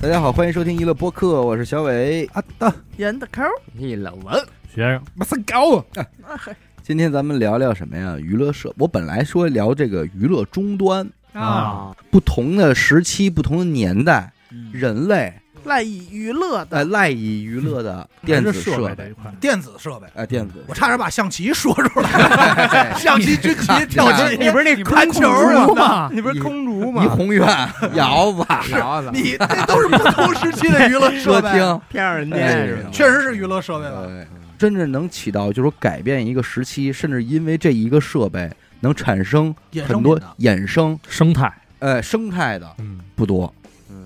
大家好，欢迎收听娱乐播客，我是小伟。啊的，人的抠儿，你老文，学生，马三高啊！那还今天咱们聊聊什么呀？娱乐社。我本来说聊这个娱乐终端，啊不同的时期、不同的年代，人类赖以娱乐的呃赖以娱乐的电子还是设备这一备，块，电子设备。哎，电子我差点把象棋说出来， 象棋、军棋、跳啊棋，你不是那弹球竹啊？嘛，你不是空竹倪吗？宏远、姚子、勺子，你这都是不同时期的娱乐歌设备，啊厅，骗人哎呃家确实是娱乐设备了。对，真正能起到就是说改变一个时期，甚至因为这一个设备能产生衍生很品多的衍生生态，呃生态的嗯，不多。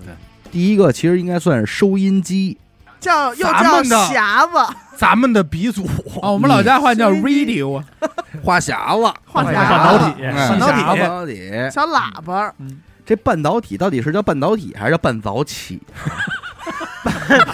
对，第一个其实应该算是收音机，叫又咱叫们的匣子，咱们的鼻祖哦，我们老家话叫收音机 radio 啊，话匣子，话半匣哎导子，体，嗯半导体半导体。小喇叭，这半导体到底是叫半导体还是叫半早 起？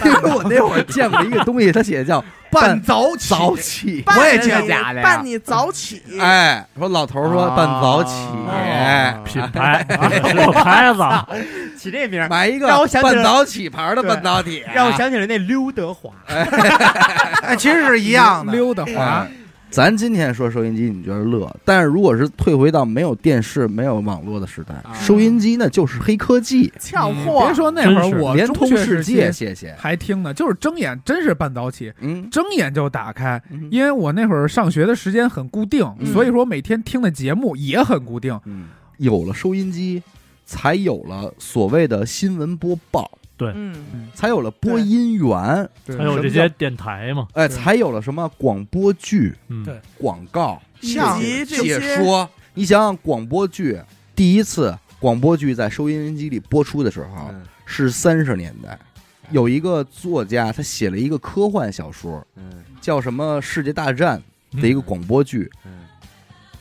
因为我那会儿见过一个东西，它写的叫半早起，早起。我也伴见你假的呀伴你早起， 哎，说老头儿说啊半早起，哎哦品牌，啊是个牌子，起这名儿，买一个让我想起来半早起牌的半导体，哦让我想起了那刘德华， 哎，其实是一样的。刘德华哎。咱今天说收音机，你觉得乐？但是如果是退回到没有电视、没有网络的时代，啊收音机那就是黑科技，俏嗯货别，说那真会是儿我联哦中通学世时期界，谢谢。还听呢，就是睁眼真是半早起，嗯，睁眼就打开。嗯因为我那会儿上学的时间很固定，嗯所以说每天听的节目也很固定。嗯，有了收音机，才有了所谓的新闻播报，嗯，才有了播音员，对还有这些电台嘛，哎，对才有了什么广播剧、嗯，对广告、以像及这解些说。你想想，广播剧第一次广播剧在收音机里播出的时候，嗯是三十年代，有一个作家他写了一个科幻小说，嗯叫什么《世界大战》的一个广播剧，嗯，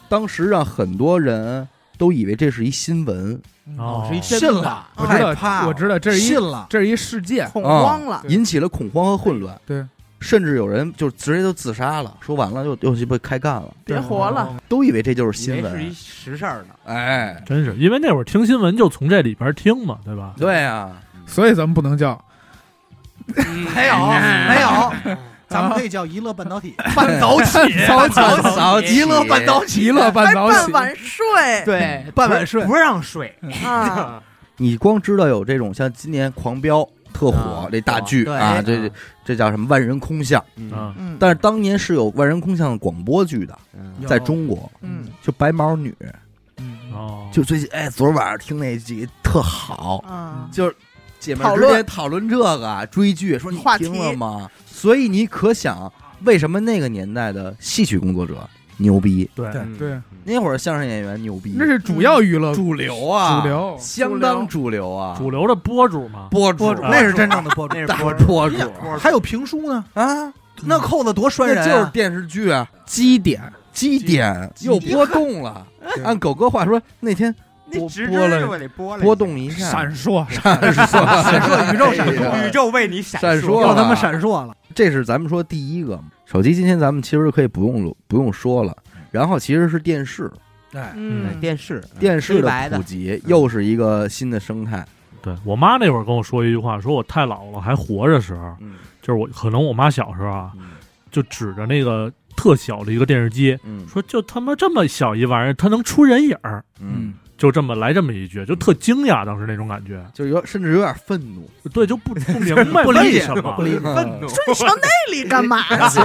当时让很多人都以为这是一新闻，哦，是一信了，我知害怕道，了我知道，这是信一了，这是一事件。恐嗯慌了，啊引起了恐慌和混乱。对，甚至有人就直接就自杀了，说完了又又去被开干了，别活了，都以为这就是新闻。实事儿呢。哎，真是，因为那会儿听新闻就从这里边听嘛，对吧？对啊，嗯所以咱们不能叫没有没有，哎 咱们可以叫娱乐半导体，半早 起，早起早起娱乐半导极体，哎乐还半早哎半起，晚睡对半晚睡不让睡，啊，你光知道有这种像今年《狂飙》特火啊这大剧对啊，这这这叫什么万人空巷？啊，嗯，但是当年是有万人空巷的广播剧的，有在中国嗯就白毛女，嗯哦，就最近哎，昨儿晚上听那集特好，啊，就是姐妹讨之论间讨论这个啊追剧，说你话听题了吗？所以你可想，为什么那个年代的戏曲工作者牛逼，对，对，嗯那会儿相声演员牛逼，那是主要娱乐主流啊，主流相当主流啊，主流的博主嘛，博博主，那是真正的博主，大博主还有评书呢，啊，那扣子多拴那人就是啊！电视剧啊，基点，基点又波动了。按狗哥话说，那天那波直波播了我得播了一下，波动一下， 闪烁，闪烁，闪烁宇宙闪哎呀烁，宇宙为你闪闪烁。烁又了，啊他妈闪烁了，这是咱们说第一个手机，今天咱们其实可以不用录不用说了。然后其实是电视，哎，嗯，电视，电视黑白的的普及又是一个新的生态。对我妈那会儿跟我说一句话，说我太老了还活着时候，嗯就是我可能我妈小时候啊，嗯就指着那个特小的一个电视机，嗯说就他妈这么小一玩意儿，它能出人影儿，嗯，就这么来这么一句，就特惊嗯讶，当时那种感觉，就有甚至有点愤怒。对，就不 不明白嗯不理嗯为解什么不理解愤怒，说你上那里干嘛去？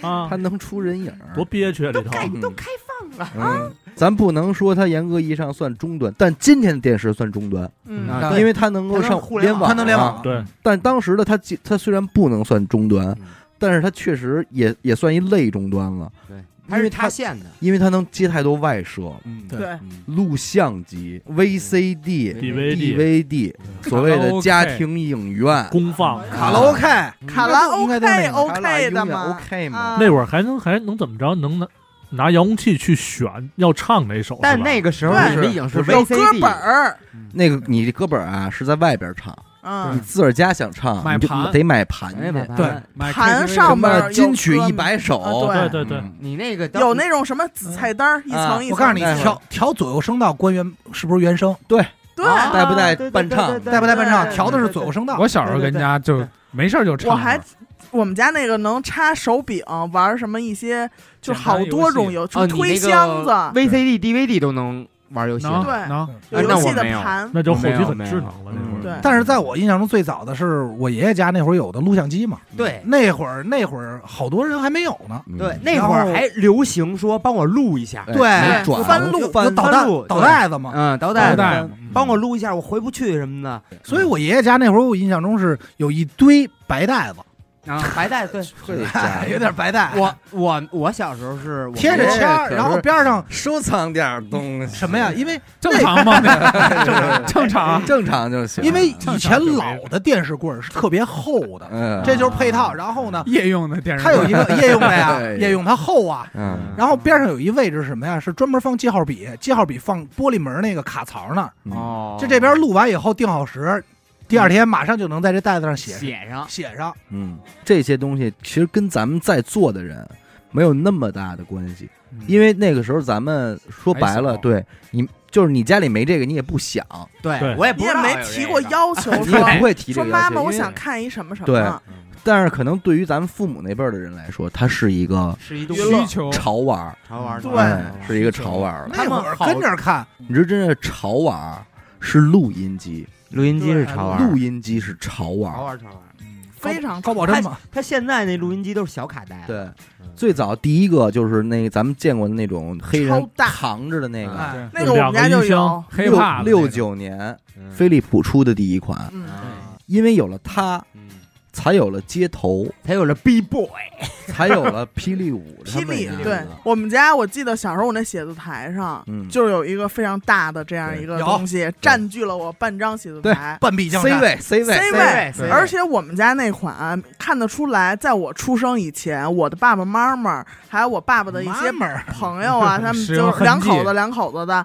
啊他，能出人影儿，多憋屈啊里头，嗯都开放了啊！咱不能说它严格意义上算终端，但今天的电视算终端，嗯啊，对因为它能够上联网，它能联网啊。嗯对，但当时的它既，它虽然不能算终端嗯，但是它确实也也算一类终端了，它是插线的，因为它能接太多外设了，嗯，对对，录像机、VCD、 DVD DVD，所嗯谓的家庭影院、公放。嗯卡拉 OK，卡拉应该都那 OK 个 OK 的嘛嘛， ，OK 嘛啊，那会儿还能还能怎么着？能拿拿遥控器去选要唱哪首，是但吧那个时候对你们已经是不是有歌 VCD 本儿，那个你这歌本啊是在外边唱，你嗯，自个儿家想唱，买你就盘得买盘哎去。盘对，买盘 KTV 他上面妈有金曲歌一百首，啊对对对，嗯你那个当有那种什么紫菜单儿，一层一我层。告诉你，那会儿调调左右声道，关原是不是原声？对，啊嗯带不带对对对伴唱对对对带不带伴唱？对调的是左右声道。我小时候跟家就没事儿就唱，我还我们家那个能插手柄玩什么一些，就好多种游，就哦，推箱子， ，VCD、DVD 都能玩游戏。能对啊能，有那游戏我的没有盘，那就后期很没有智能了，那会没有儿。对但是在我印象中，最早的是我爷爷家那会儿有的录像机嘛，对那会儿那会儿好多人还没有呢。嗯对，那会儿还流行说帮我录一下，哎对能对转翻录有导翻录弹导带子嘛，嗯，导带弹子带嗯帮我录一下，我回不去什么的所以我爷爷家那会儿我印象中是有一堆白带子，啊，白带 对。这家伙哎有点白带，我我我小时候是我们贴着我签爷爷可儿，是然后边上收藏点儿东西。什么呀？因为正常吗？那正啊常，啊正常就行。因为以前老的电视柜儿是特别厚的，嗯，这就是配套。然后呢，夜用的嗯电视，它有一个夜用的呀哎，夜用它厚啊。嗯然后边上有一位置是什么呀？是专门放记号笔，记号笔放玻璃门那个卡槽那儿。嗯哦，就这边录完以后定好时，第二天马上就能在这袋子上写写上，写上。嗯，这些东西其实跟咱们在座的人没有那么大的关系，因为为那个时候咱们说白还了，小对你就是你家里没这个，你也不想，对对我也你不也知道没有这提个过要求你也不说会提这说个妈要妈，求。我因为想看一什么什对么，但是可能对于咱们父母那辈儿的人来说，它是一个是一种需求潮玩儿，潮玩儿对哎，是一个潮玩儿了。那会儿跟着看，你知道，真是潮玩儿是录音机，录音机是潮玩儿，录音机是潮玩潮儿。玩儿潮玩儿。非常高保真嘛。他现在那录音机都是小卡带，，对，最早第一个就是那个咱们见过的那种黑超人大扛着的那个，嗯哎，那个我们家就有，啊黑怕六六九年嗯飞利浦出的第一款，嗯，因为有了它，嗯，才有了街头，才有了 B boy，才有了霹雳舞。他霹们雳那，个对，我们家我记得小时候我那写字台上。嗯，就有一个非常大的这样一个有东西，占据了我半张写字对台。半壁江 C 山。位 C 位 C 位对而且我们家那款看得出来，在我出生以前，我的爸爸妈妈还有我爸爸的一些门儿，朋友啊，他们使用就痕迹两口子两口子的，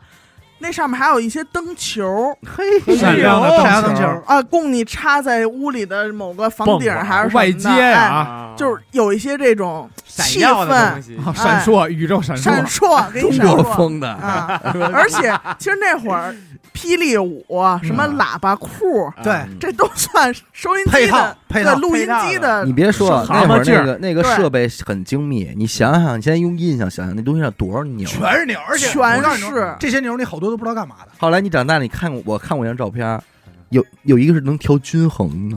那上面还有一些灯球嘿，闪亮的哎闪亮灯灯球球，啊，供你插在屋里的某个房顶蹦还是什么的外接啊哎，就是有一些这种闪气耀的东氛西，啊闪哎烁，宇宙闪闪烁，烁，给你中闪国烁。风的，啊！而且其实那会儿，霹雳舞、什么喇叭裤，对，嗯这都算收音配机套的配对套。录音机的你别说，啊是那蛤会儿蟆劲那儿个那个对设备很精密，你想想，你现在用印象想想，那东西上多少钮？全是牛，而且我告全诉你是这些牛，你好多都不知道干嘛的。后来你长大，你看过我看过一张照片，有有一个是能调均衡的，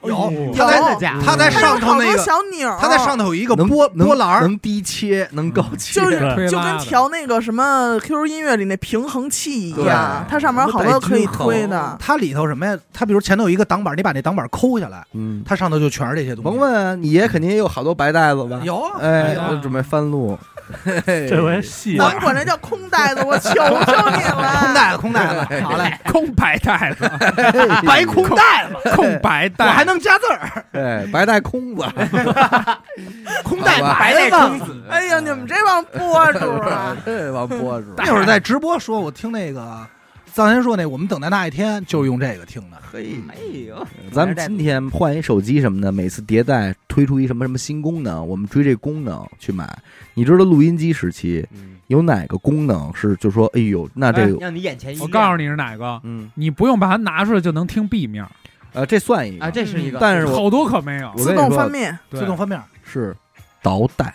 哎有，有他在假他在它上头那有好多个，小哦钮儿，他在上头有一个能波能波栏儿，能低切，能高切，就是推就拉跟的调那个什么 QQ 音乐里那平衡器一对样，它上面好多可以推的。它里头什么呀？它比如前头有一个挡板，你把那挡板抠下来，嗯，它上头就全是这些东西。甭问啊，你爷肯定也有好多白带子吧？有啊，哎，白带我准备翻录，这这回细咱们管这叫空袋子，我求求你空了。袋子，空袋子，好嘞，空白带子，白空袋子，空白我带，还能加字儿，哎，白带空子，空袋好吧白白带带空公子，哎呀，你们这帮博主啊，哎王博主，那会儿在直播说，我听那个藏先说那，我们等待那一天就是用这个听的。嘿， 哎呦，咱们今天换一手机什么的，每次迭代推出一什么什么新功能，我们追这功能去买。你知道录音机时期嗯有哪个功能是就说，哎呦，那这个，让你眼前一我亮告诉你是哪个，嗯，你不用把它拿出来就能听 B 面，呃，这算一个，啊，这是一个，但是我好多可没有 我，自动翻面，对自动翻面儿，是倒带，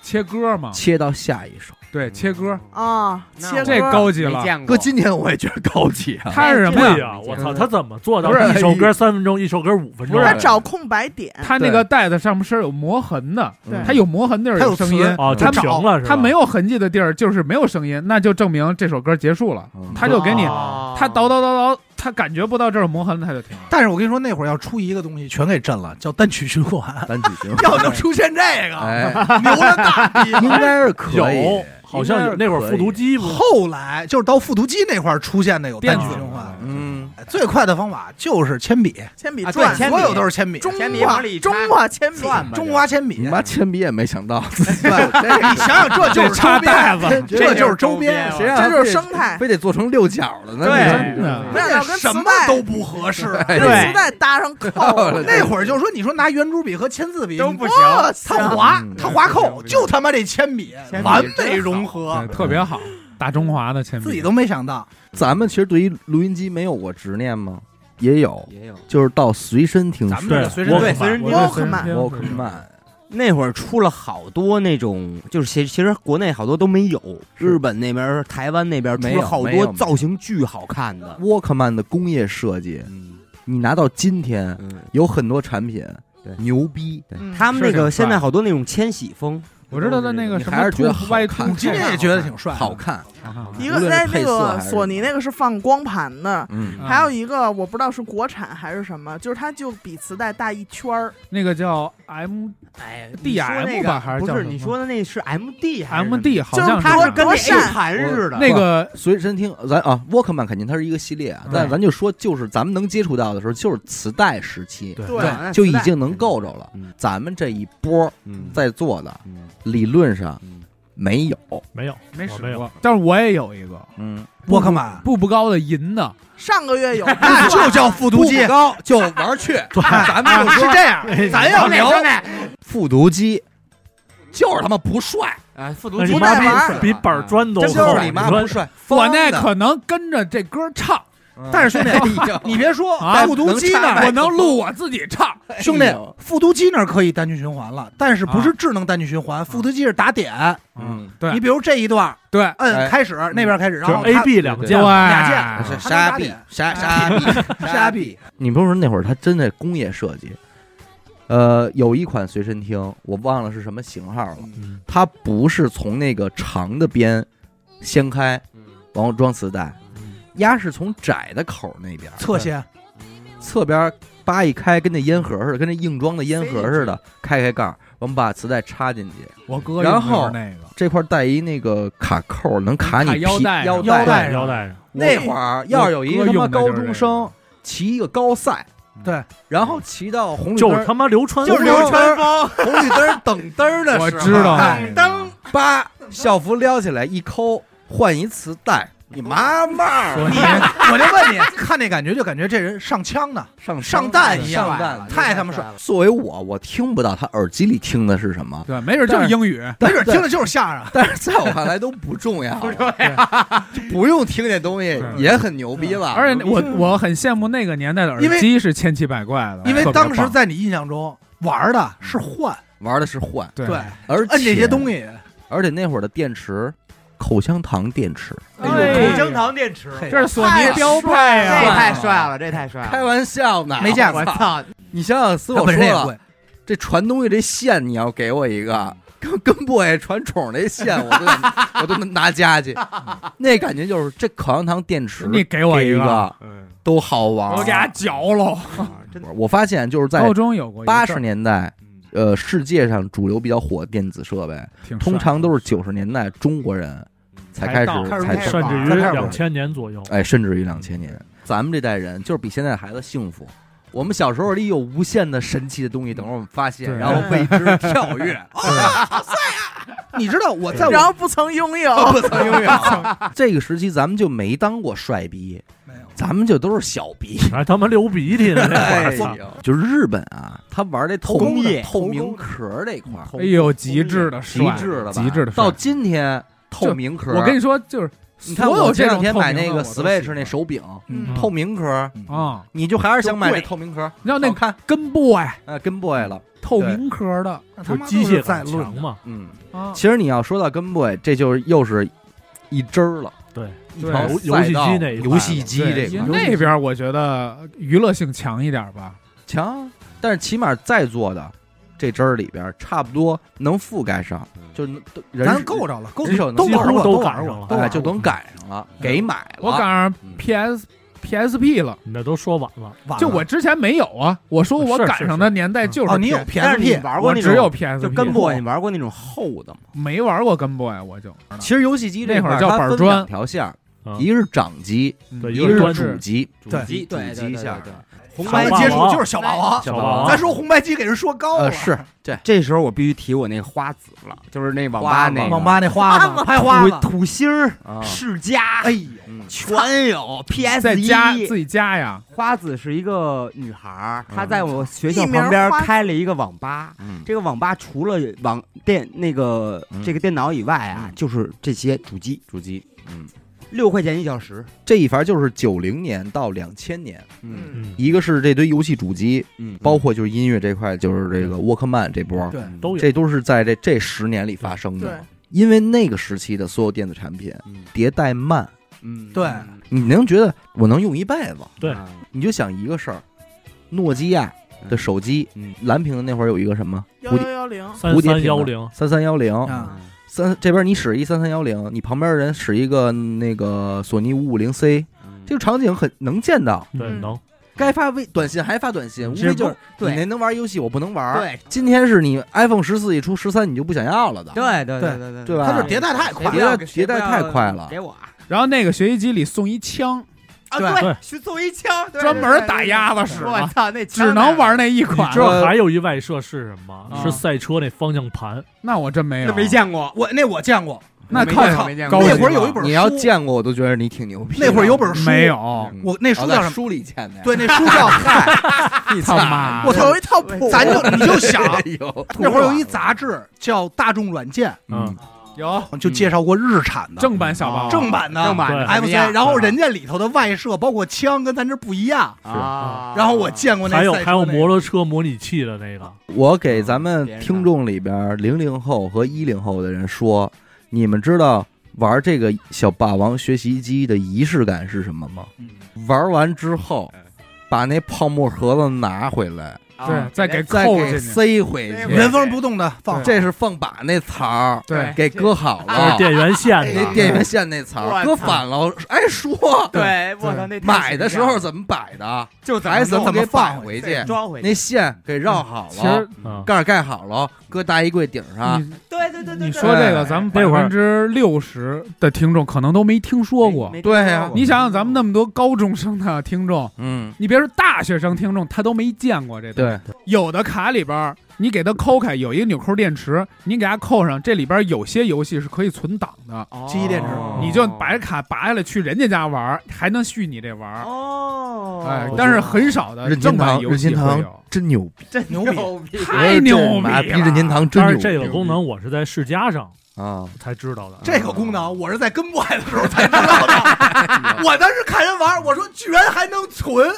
切歌嘛，切到下一首。对，切嗯歌，啊，那切我这歌高级哦没了。见过，哥，今天我也觉得高级啊，它是什么对呀？呀，嗯我操，他怎么做到不是一首歌三分钟，一首歌五不分钟是？它找空白点，啊它那个带子上面是有磨痕的，嗯对它有磨痕地儿嗯它有声磁音，哦，就它停了是吧？它没有痕迹的地儿就是没有声音，那就证明这首歌结束了嗯。它就给你，哦它叨叨叨叨，它感觉不到这儿有磨痕，它就停了。但是我跟你说，那会儿要出一个东西，全给震了，叫单曲循 环。单曲循环，要能出现这个，哎，牛了大逼！应该是可以有，，好像有那会儿复读机不后来就是到复读机那块儿出现的有单曲电子循环，嗯，最快的方法就是铅笔，铅笔啊对转，铅笔所有都是铅笔，中铅笔华往里插中华铅笔，转吧，中华铅笔你。嗯妈铅笔也没想到，自己你想想， 这就这是插周边，袋子，这就是周边边，谁让这他就是非生态。非得做成六角的呢？对真的没想到跟什磁么带都不合适。啊哎跟对磁带搭上扣， 那会儿就说，你说拿圆珠笔和签字笔都你不行，哇塞它划嗯它划扣，对就他妈这铅笔铅笔完美融合对，特别好，大中华的铅笔，自己都没想到。咱们其实对于录音机没有过执念吗？也有，也有。就是到随身听咱们书。这对，个随身我对可随身买听我对随身沃听克曼，那会儿出了好多那种，就是其实其实国内好多都没有，日本那边儿、台湾那边儿没出有了好没有多没有造型巨好看的。沃克曼的工业设计，嗯你拿到今天嗯，有很多产品对牛逼，嗯他们那是挺帅个现在好多那种千禧风，我知道的那个你什还么啊是觉得好 Tooth 看我 Y Two，今天也觉得挺帅的，好看。一无个论是在那配色个还是索尼那个是放光盘的，嗯，啊还有一个我不知道是国产还是什么，就是它就比磁带大一圈儿，那个叫 M 哎 DM 吧还是不叫是？什么你说的那是 M D 还是 M D，好哎像就是它是是跟那国 A 产盘似的。那个随身听，咱啊，沃克曼肯定它是一个系列啊，但嗯咱就说，就是咱们能接触到的时候，就是磁带时期，对对那就已磁带经能够着了嗯。咱们这一波嗯在座的，嗯理论上嗯没有，没有，没我使没有过，但是我也有一个嗯，沃克曼步步高的银的，上个月有，那就叫 复读机，高就玩去，咱们就说是这样，咱要聊复读机，就是他妈不帅，啊，复读那机你不妈带玩儿比比板砖都真就厚是你妈不说帅。我啊方那的可能跟着这歌唱，但是兄弟，弟，你别说啊复读机那能插儿，哎我能录我自己唱，兄弟，复读机那儿可以单曲循环了，但是不是智能单曲循环，复读机是打点。嗯，对你比如这一段，对摁哎开始，那边开始，然后就是 A 它 B 两对键，俩键键傻逼，傻傻逼，瞎。逼，你不是说那会儿他真的工业设计，呃，有一款随身听，我忘了是什么型号了，嗯它不是从那个长的边掀开，然后装磁带，鸭是从窄的口那边侧弦，侧边叭一开，跟那烟盒似的，跟那硬装的烟盒似的，开开盖儿，我们把磁带插进去，我哥然用的就是后那个这块儿带一那个卡扣，能卡你卡皮腰带腰腰带腰带上，那会儿要是有一个我哥他妈用的高就是中这生个嗯骑一个高赛，对，然后骑到红绿灯就儿是他妈流川，就是流川枫，红绿灯儿等灯儿的时候，我知道那哎个噔，叭，校服撩起来一抠，换一磁带，你妈妈儿你我就问你，看那感觉就感觉这人上枪呢，上上弹一样上弹了。太他妈帅了，作为我，我听不到他耳机里听的是什么，对，没准就是英语，没准听着就是吓人。但是在我看来都不重要，不重就不用听这东西对也很牛逼了。而且我我很羡慕那个年代的因耳为机是千奇百怪的，因为特别当时棒在你印象中玩的是换，玩的是换，对嗯对，而且摁这些东，西，而且那会儿的电池，口香糖电池，哎呦口香糖电池，嘿这是索尼标配这啊，太帅了，这太帅了！开玩笑呢，没见过我我操操，你想想，思它我本说身也了，贵。这传东西这线你要给我一个， 跟跟不给传宠这线我都得我都能拿家去，那感觉就是这口香糖电池你给我给一个，个都好玩。嗯我给它嚼喽。真的我发现就是在高中有过一阵儿八十年代，嗯呃，世界上主流比较火的电子设备，挺帅通常都是九十年代中国人才开才到始嗯开始才入知道手再看甚至于会儿两千年左右，哎，甚至于两千年，咱们这代人就是比现在的孩子幸福。我们小时候里有无限的神奇的东西等着我们发现，对哦然后为之跳 跃。你知道我 在我然后不曾拥有。 这个时期咱们就没当过帅逼，没有咱们就都是小逼。还他妈流鼻涕呢，那哎会儿，呦，就是日本啊，他玩这透工业透明壳这块儿哎呦，极致的极帅，致了吧？极致的帅到今天透明壳，我跟你说，就是你看，所有我前这两种天透买明的那个我都 Switch 喜那欢手柄，嗯透明壳，啊，你就还是想买就这贵透明壳，你知道啊那好看跟 boy 呃，跟 boy 了，透明壳的那他就妈机都是械在感论强嘛，嗯。哦啊，其实你要说到跟 boy，这就是又是一支儿了，对，一对条游赛游戏机道那一块游戏了机这对因块为儿那边我觉得娱乐性强一点吧，强，但是起码在座的这支儿里边，差不多能覆盖上，嗯就能都人咱够着了，够人手都几玩乎过，都玩赶过上了都哎玩就过能赶上了，给买了。嗯我赶嗯上 PS PSP 了。你那都说晚了，完了就我之前没有啊，我说我是赶是上是的年代就是哦，你有 PS 但是你 PSP，玩过我那只有种 PS，就跟 boy，你玩过那种厚的吗？没玩过跟 boy，我就其实游戏机这那会儿块叫它板分砖两条线儿，嗯一个是掌机，对嗯一一个个是是端主机，对机主对机对对下对对红小白霸接触王就是小霸哎王，小霸王咱说红白机给人说高啊了，呃是对，这时候我必须提我那个花子了，就是那网吧那个网吧那花子拍花子，土土星儿、嗯啊世嘉哎，呦，嗯全 有 PS 在一。家自己家呀，花子是一个女孩儿，嗯她在我学校旁边开了一个网吧。嗯这个网吧除了网电那个嗯这个电脑以外啊嗯，就是这些主机，主机，嗯，六块钱一小时。这一盘就是九零年到两千年，嗯嗯，一个是这堆游戏主机，嗯，包括就是音乐这块，就是这个沃克曼这波，对嗯都有这都是在这这十年里发生对的。，因为那个时期的所有电子产品嗯迭代慢，嗯对你能觉得我能用一辈子？对你就想一个事儿，诺基亚的手机，嗯蓝屏的那会儿有一个什么幺蝴幺蝶幺零，三蝴蝶三屏幺零，三三幺零啊嗯三这边你使一三三幺零，你旁边人使一个那个索尼五五零 C，这嗯个场景很能见到。对嗯能该发微短信还发短信，无只非不就过是嗯你那能玩游戏，我不能玩。，对今天是你 iPhone 十四一出，十三你就不想要了的。对对对对对吧它就是迭代太快了谁不迭要代谁不要太快了给我啊！然后那个学习机里送一枪，啊对对，去做一枪，对专门打鸭子对使对的对我操，那只能玩那一款你知。道呃还有一外设是什么吗？啊是赛车那方向盘，哦那我真没有，那没见过，我那我见过，那没太见过好没见高过。级了那会儿有一本书，你要见过，我都觉得你挺牛逼的。那会儿有本书，没有，嗯，我那书哦叫在什么？书里见的。对，那 书叫嗨，你操妈！我操有一套谱，咱就你 就 想，有那会儿有一杂志叫《大众软件嗯，有》，就介绍过日产的正版小霸王，正版的正版的哎对什 MC，么样然后嗯人家里头的外设包括枪跟咱这不一样。啊，然后我见过那还有赛车还有那摩托车模拟器的那个，我给咱们听众里边零零后和一零后的人说，你们知道玩这个小霸王学习机的仪式感是什么吗？嗯玩完之后哎嗯，把那泡沫盒子拿回来，啊对，再给再扣给进去，塞回塞去回。原封不动的放，这是放把那槽儿，对给搁好就是啊了。电源线哎那的，嗯电源线那槽我儿操搁反了，挨说。对，我操那买的时候怎么摆的，就还怎怎么么怎么给摆放回去对？装回去那线给绕好其了实，嗯，盖儿盖好了，搁大衣柜顶上。啊你对对对对，你说这个，咱们百那会儿分之六十的听众可能都没听说过。对呀你想想，咱们那么多高中生的听众，嗯，你别说大学生听众，他都没见过这东西。对，有的卡里边儿，你给它抠开，有一个纽扣电池，你给它扣上，这里边儿有些游戏是可以存档的，记忆电池哦你就把这卡拔下来去人家家玩儿，还能续你这玩儿。哦，哎，但是很少的任天正版堂，游任戏天会堂有。真牛逼，真牛逼逼太牛逼了任天堂真牛但是逼。这个功能我是在世嘉上啊，才知道的，嗯这个功能，我是在跟不海的时候才知道的。我当时看人玩，我说居然还能存。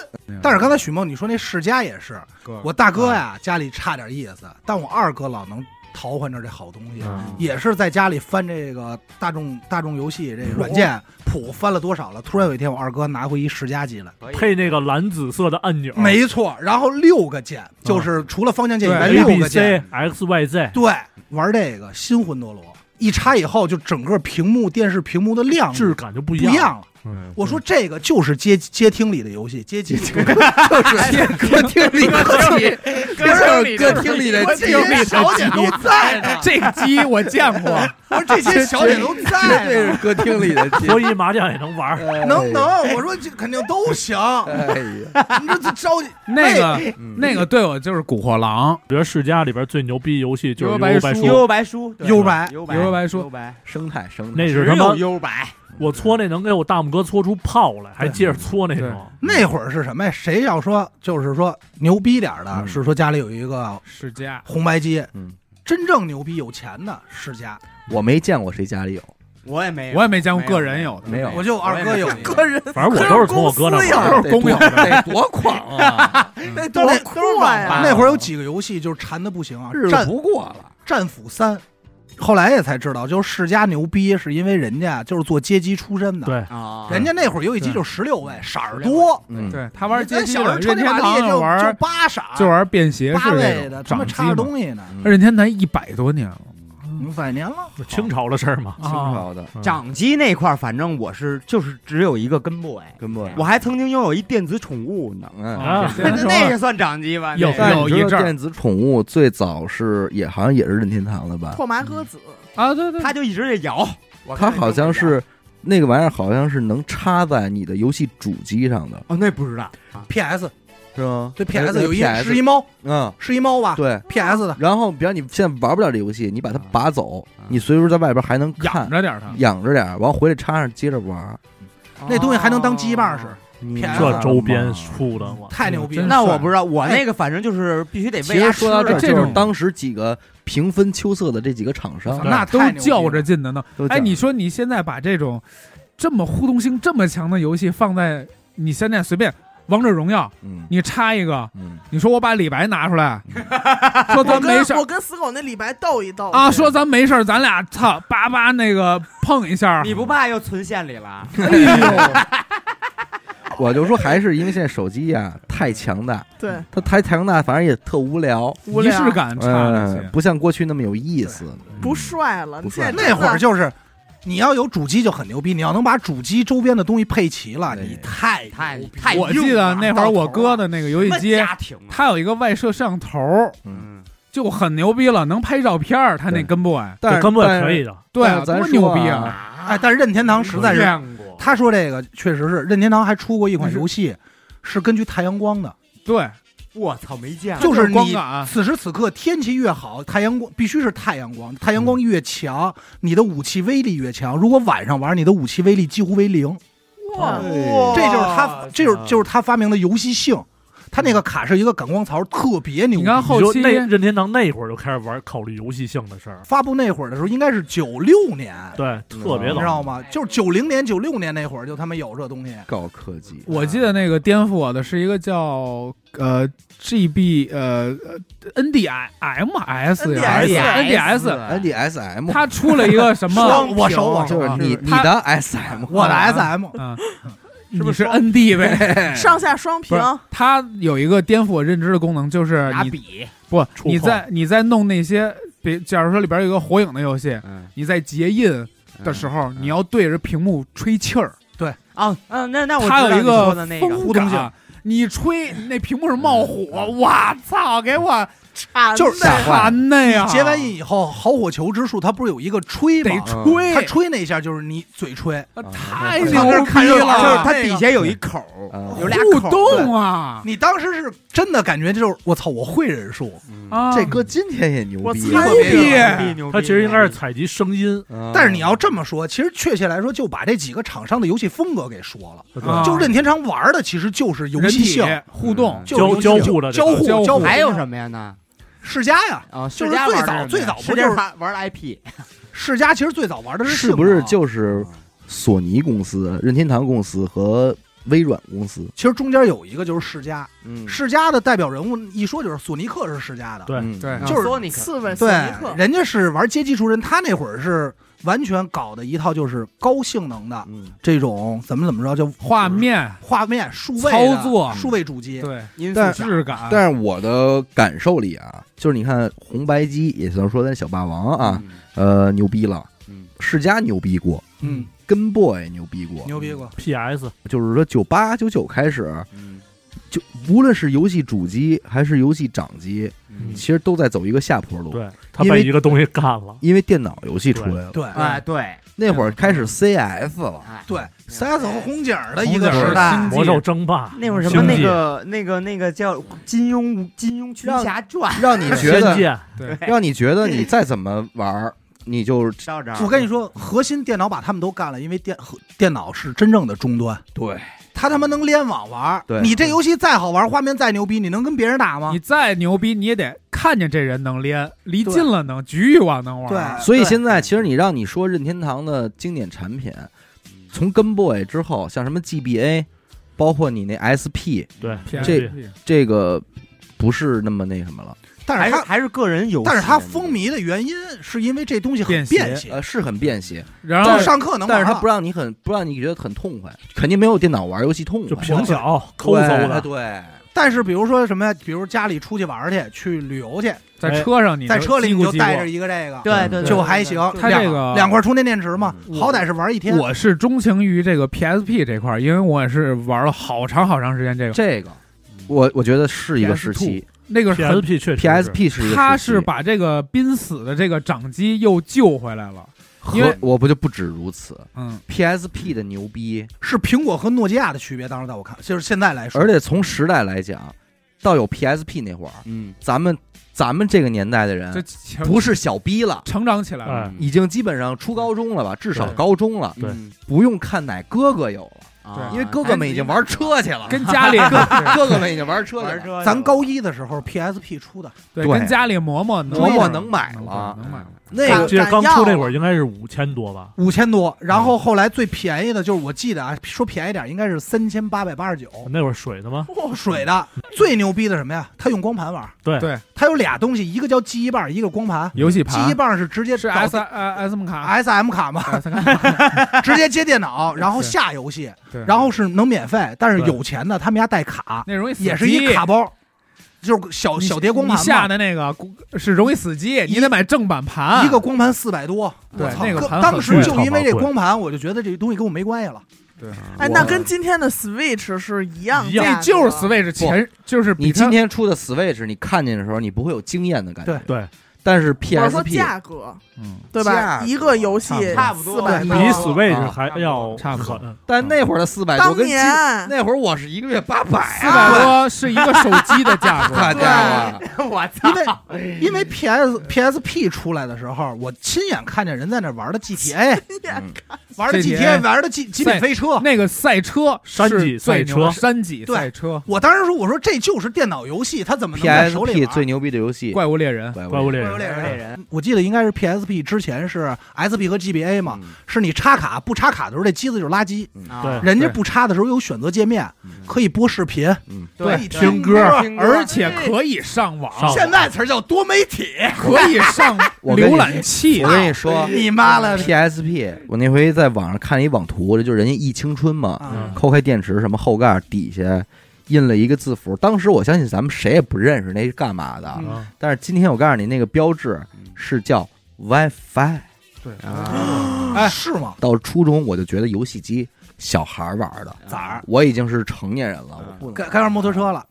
但是刚才许梦你说那世家也是，哥我大哥呀家里差点意思，但我二哥老能淘换着这好东西，嗯也是在家里翻这个大众大众游戏这个软件谱翻了多少了。突然有一天，我二哥拿回一世家机来，配那个蓝紫色的按钮，没错，然后六个键，就是除了方向键以外 A 六 B 个键， C X Y Z，对，玩这个心魂多罗。一插以后，就整个屏幕、电视屏幕的亮质度感就不嗯不一一样了。嗯我说这个就是街街厅里的游戏，街机。就是歌厅里的机，就是歌厅里的我这机，些小姐都在呢，这个机我见过， 我说这些小姐都绝 在对呢，是歌厅里的机。桌椅麻将也能玩儿，能能？我说这肯定都行，哎呀，你这这着急那个嗯那个对我就是古惑 狼，比如世嘉里边最牛逼游戏就是幽《白游白书书》，幽白书，对幽白幽白，幽白书幽白，生态生态那是只他妈有幽白，我搓那能给我大拇哥搓出泡来，还接着搓那种。那会儿是什么呀？谁要说就是说牛逼点儿的，嗯是说家里有一个世嘉红白机，嗯真正牛逼有钱的世家，我没见过谁家里有，我也没有，我也没见过个人有的，没哎有我就二哥有一个，个人反正我都是从我哥那 公司呀玩儿都是公有的得多狂啊！那都多得 酷啊呀！那会儿有几个游戏就是馋的不行啊，日子战不过了，战斧三。后来也才知道，就是世家牛逼，是因为人家就是做街机出身的。对啊，人家那会儿游戏机就十六位，色儿多。 嗯，对他玩街咱机小时候的，抽任那天玛丽堂就玩就儿八色儿，就玩变形式八位这的，他种妈掌机插着嘛。嗯啊东西呢，任天堂一百多年了，五百年了。清朝的事儿嘛，清朝的啊嗯掌机那块儿，反正我是就是只有一个根 boy，根本我还曾经拥有一电子宠物呢，嗯。啊， 那先说那个算掌机吧？有那个但你知有一阵道儿电子宠物最早是也好像也是任天堂的吧？嗯拓麻鸽子，啊，对对，它就一直在摇，啊它好像是那个玩意儿好像是能插在你的游戏主机上的，哦，那不知道，啊 PS 是吗？对哎 PS 有一哎是 PS 一猫嗯，是一猫吧？对。 ，PS 的然后，比方你现在玩不了这游戏，你把它啊拔走啊，你随时在外边还能看养，着点儿它。养着点儿，完回来插上接着玩儿。哦那东西还能当鸡棒啊使，你 PS 知道这这周边吗出的，我太牛逼了！哦哎真那帅我不知道，我那个反正就是必须得其喂它实吃说到这儿，的。这就种是当时几个平分秋色的这几个厂商，那都太牛逼了较着劲的呢。都哎，讲你说你现在把这种这么互动性这么强的游戏放在你现在随便《王者荣耀》，嗯你插一个，嗯，你说我把李白拿出来，说我咱没事跟儿我跟死狗那李白斗一斗啊，去说咱没事儿，咱俩操叭叭那个碰一下，你不怕又存线里了？ 我就说还是因为现在手机呀、太强大，对它太强大，反正也特无聊，无仪聊式感差了嗯些，。不像过去那么有意思。不帅了，不你现在帅那会儿真的就是，你要有主机就很牛逼，你要能把主机周边的东西配齐了，对你太太牛逼太我记得那会儿我哥的那个游戏机，家庭啊，它有一个外设摄像头儿，嗯，就很牛逼了，能拍照片儿。它那对 Game Boy，但是根本但是可以的。对但，是咱多说牛逼啊！哎，但是任天堂实在是，见过他说这个确实是，任天堂还出过一款游戏，是根据太阳光的，对，我操，没见过，就是光你感，此时此刻天气越好，太阳光必须是太阳光，太阳光越强，你的武器威力越强。如果晚上玩，你的武器威力几乎为零。哇哎这就是他，这就是就是他发明的游戏性。他那个卡是一个感光槽，特别牛逼。你看你后说期那任天堂那会儿就开始玩考虑游戏性的事儿，发布那会儿的时候，应该是九六年，对，特别你知早。道吗？就是九零年、九六年那会儿就他妈有这东西。高科技，我记得那个颠覆我的是一个叫呃 GB 呃呃 NDMS 呀 NDS NDS， NDSM，它出了一个 什么双？我手我就是你你它的 SM，我的 SM 啊，是不是 ND 呗？上下双不屏是，它有一个颠覆我认知的功能，就是拿你笔，不触你碰在你在弄那些，比假如说里边有一个火影的游戏，嗯你在结印嗯的时候，你要对着屏幕吹气儿，哦，嗯，那那我它知道你有一说的个那个风感。你吹那屏幕上冒火，我操！给我啊啊就是那吓坏了，馋的呀！结完印以后，好火球之术它不是有一个吹得吗？吹，哎他吹那一下就是你嘴吹，啊啊太嗯牛逼就是就了！是它它底下有一口儿，嗯有俩互口儿动啊你当时是真的感觉就是我操，我会忍术，嗯啊！这哥今天也牛我逼操啊，嗯牛逼牛逼牛逼它其实应该是采集声音，嗯但是你要这么说，其实确切来说，就把这几个厂商的游戏风格给说了。啊就任天堂玩的其实就是游人戏体性，互动嗯，就是游戏交性交互的这交个互交互交互。还有什么呀？那世嘉呀，啊，世就是嘉最玩早的最什么早呀不就世嘉是玩玩的 IP，世嘉其实最早玩的是性不能是啊就是索尼公司、任天堂公司和微软公司？其实中间有一个就是世嘉，嗯世嘉的代表人物一说就是索尼克是世嘉的，对对嗯就是索尼克刺猬索对尼克，人家是玩街机出身，他那会儿是完全搞的一套就是高性能的嗯这种怎么怎么着叫画面画面数位的操作数位主机，对因素但质感，但是我的感受里啊，就是你看红白机，也就是说咱小霸王啊，，呃，牛逼了，嗯世嘉牛逼过，嗯，跟 boy 牛逼过，牛逼过。 PS 就是说九八九九开始，嗯就无论是游戏主机还是游戏掌机，嗯其实都在走一个下坡路，对，它因为被一个东西干了。因为电脑游戏出来了，对哎，对那会儿开嗯始 CF 了，哎对，CS 和红警儿的一红个警儿时代星，魔兽争霸那会儿什么星那际个那个那个叫金庸金庸群侠传，让你觉 仙得剑，对让你觉得你再怎么玩儿，你就到这儿我跟你说，核心电脑把他们都干了，因为电和电脑是真正的终端，对它他妈能联网玩儿。对你这游戏再好玩，画面再牛逼，你能跟别人打吗你？再牛逼，你也得看见这人能连，离近了能，局域网能玩儿。对所以现在其实你让你说任天堂的经典产品，从 Game Boy 之后，像什么 GBA，包括你那 SP，对 PSP 这个不是那么那什么了，但还是是它，还是个人游戏，但是它风靡的原因是因为这东西很便携便携呃，，是很便携，然后就上课能玩但了。是它不让你很不让你觉得很痛快，肯定没有电脑玩游戏痛就快，平角抠搜对的，对，但是比如说什么呀？比如家里出去玩儿去，去旅游去，在车上你哎在车里你你就带着一个这个，对对对就还行。它两这个两块充电电池嘛，嗯好歹是玩一天。我是钟情于这个 PSP 这块儿，因为我也是玩了好长好长时间这个。这个我我觉得是一个时期那个很， PSP 确实是，PSP 是一个时期，它是把这个濒死的这个掌机又救回来了。因为和我不就不止如此嗯， ，PSP 的牛逼，是苹果和诺基亚的区别。当时在我看，就是现在来说，而且从时代来讲，到有 PSP 那会儿，嗯，咱们咱们这个年代的嗯这人成不是小逼了。成长起来啊了，哎，已经基本上初高中了吧，至少高中了，对嗯不用看奶哥哥有了，啊因为哥哥们已经玩车去了，跟 家里哥哥们已经玩车去了，车咱高一的时候 PSP 出的，对对跟家里磨磨磨磨能能买能了能买了。那我个记得敢刚要出那会啊儿应该是五千多吧，五千多。然后后来最便宜的就是我记得啊，说便宜点应该是三千八百八十九，那会儿水的吗？水的。最牛逼的什么呀？它用光盘玩，对对它有俩东西，一个叫记忆棒，一个光盘。游戏记忆盘棒是直接是导 S 呃 S M 卡， S M 卡嘛， S M 卡， 直接接电脑，然后对下游戏，对然后是能免费，但是对有钱的他们家带卡，那容易死也是一机卡包，就是小你小碟光盘你下嘛，的那个是容易死机，你得买正版盘，一个光盘四百多，对我操那个哥盘很当时贵就超因为宝这贵光盘，我就觉得这东西跟我没关系了。哎，那跟今天的 Switch 是一样一价格，样，这就是 Switch 前就是比你它今天出的 Switch，你看见的时候，你不会有惊艳的感觉。对对，但是我是说 PSP 价格，嗯对价吧？格一个游戏差不多四百对比多， Switch 还要差不多狠但那会儿的四百多当跟今年 那会儿我是一个月八百四百多是一个手机的价大格，家伙，我因为因为 P S P S P 出来的时候，我亲眼看见人在那玩的 G T A，嗯玩的 G T GTA A，玩的极极品飞车。那个赛车是山脊最赛牛的车山脊对赛车，我当时说，我说这就是电脑游戏，它怎么能在手里 PSP 玩？啊最牛逼的游戏《怪物猎人，怪物猎怪人物，猎人，人我记得应该是 P S P 之前是 S P 和 G B A 嘛，嗯是你插卡不插卡的时候，这机子就是垃圾。对人家不插的时候有选择界面，可以播视频，嗯可以听歌，而且可以上网上，现在词儿叫多媒体。可以上我跟你浏览器我，跟你说你妈了逼！ ，PSP，我那回在网上看一网图，这就是人家忆青春嘛，啊嗯抠开电池什么后盖底下印了一个字符，当时我相信咱们谁也不认识那是干嘛的，啊但是今天我告诉你，那个标志是叫 WiFi。啊，哎，是吗？到初中我就觉得游戏机小孩儿玩的，崽儿，我已经是成年人了，我嗯啊不能。该该玩摩托车 了，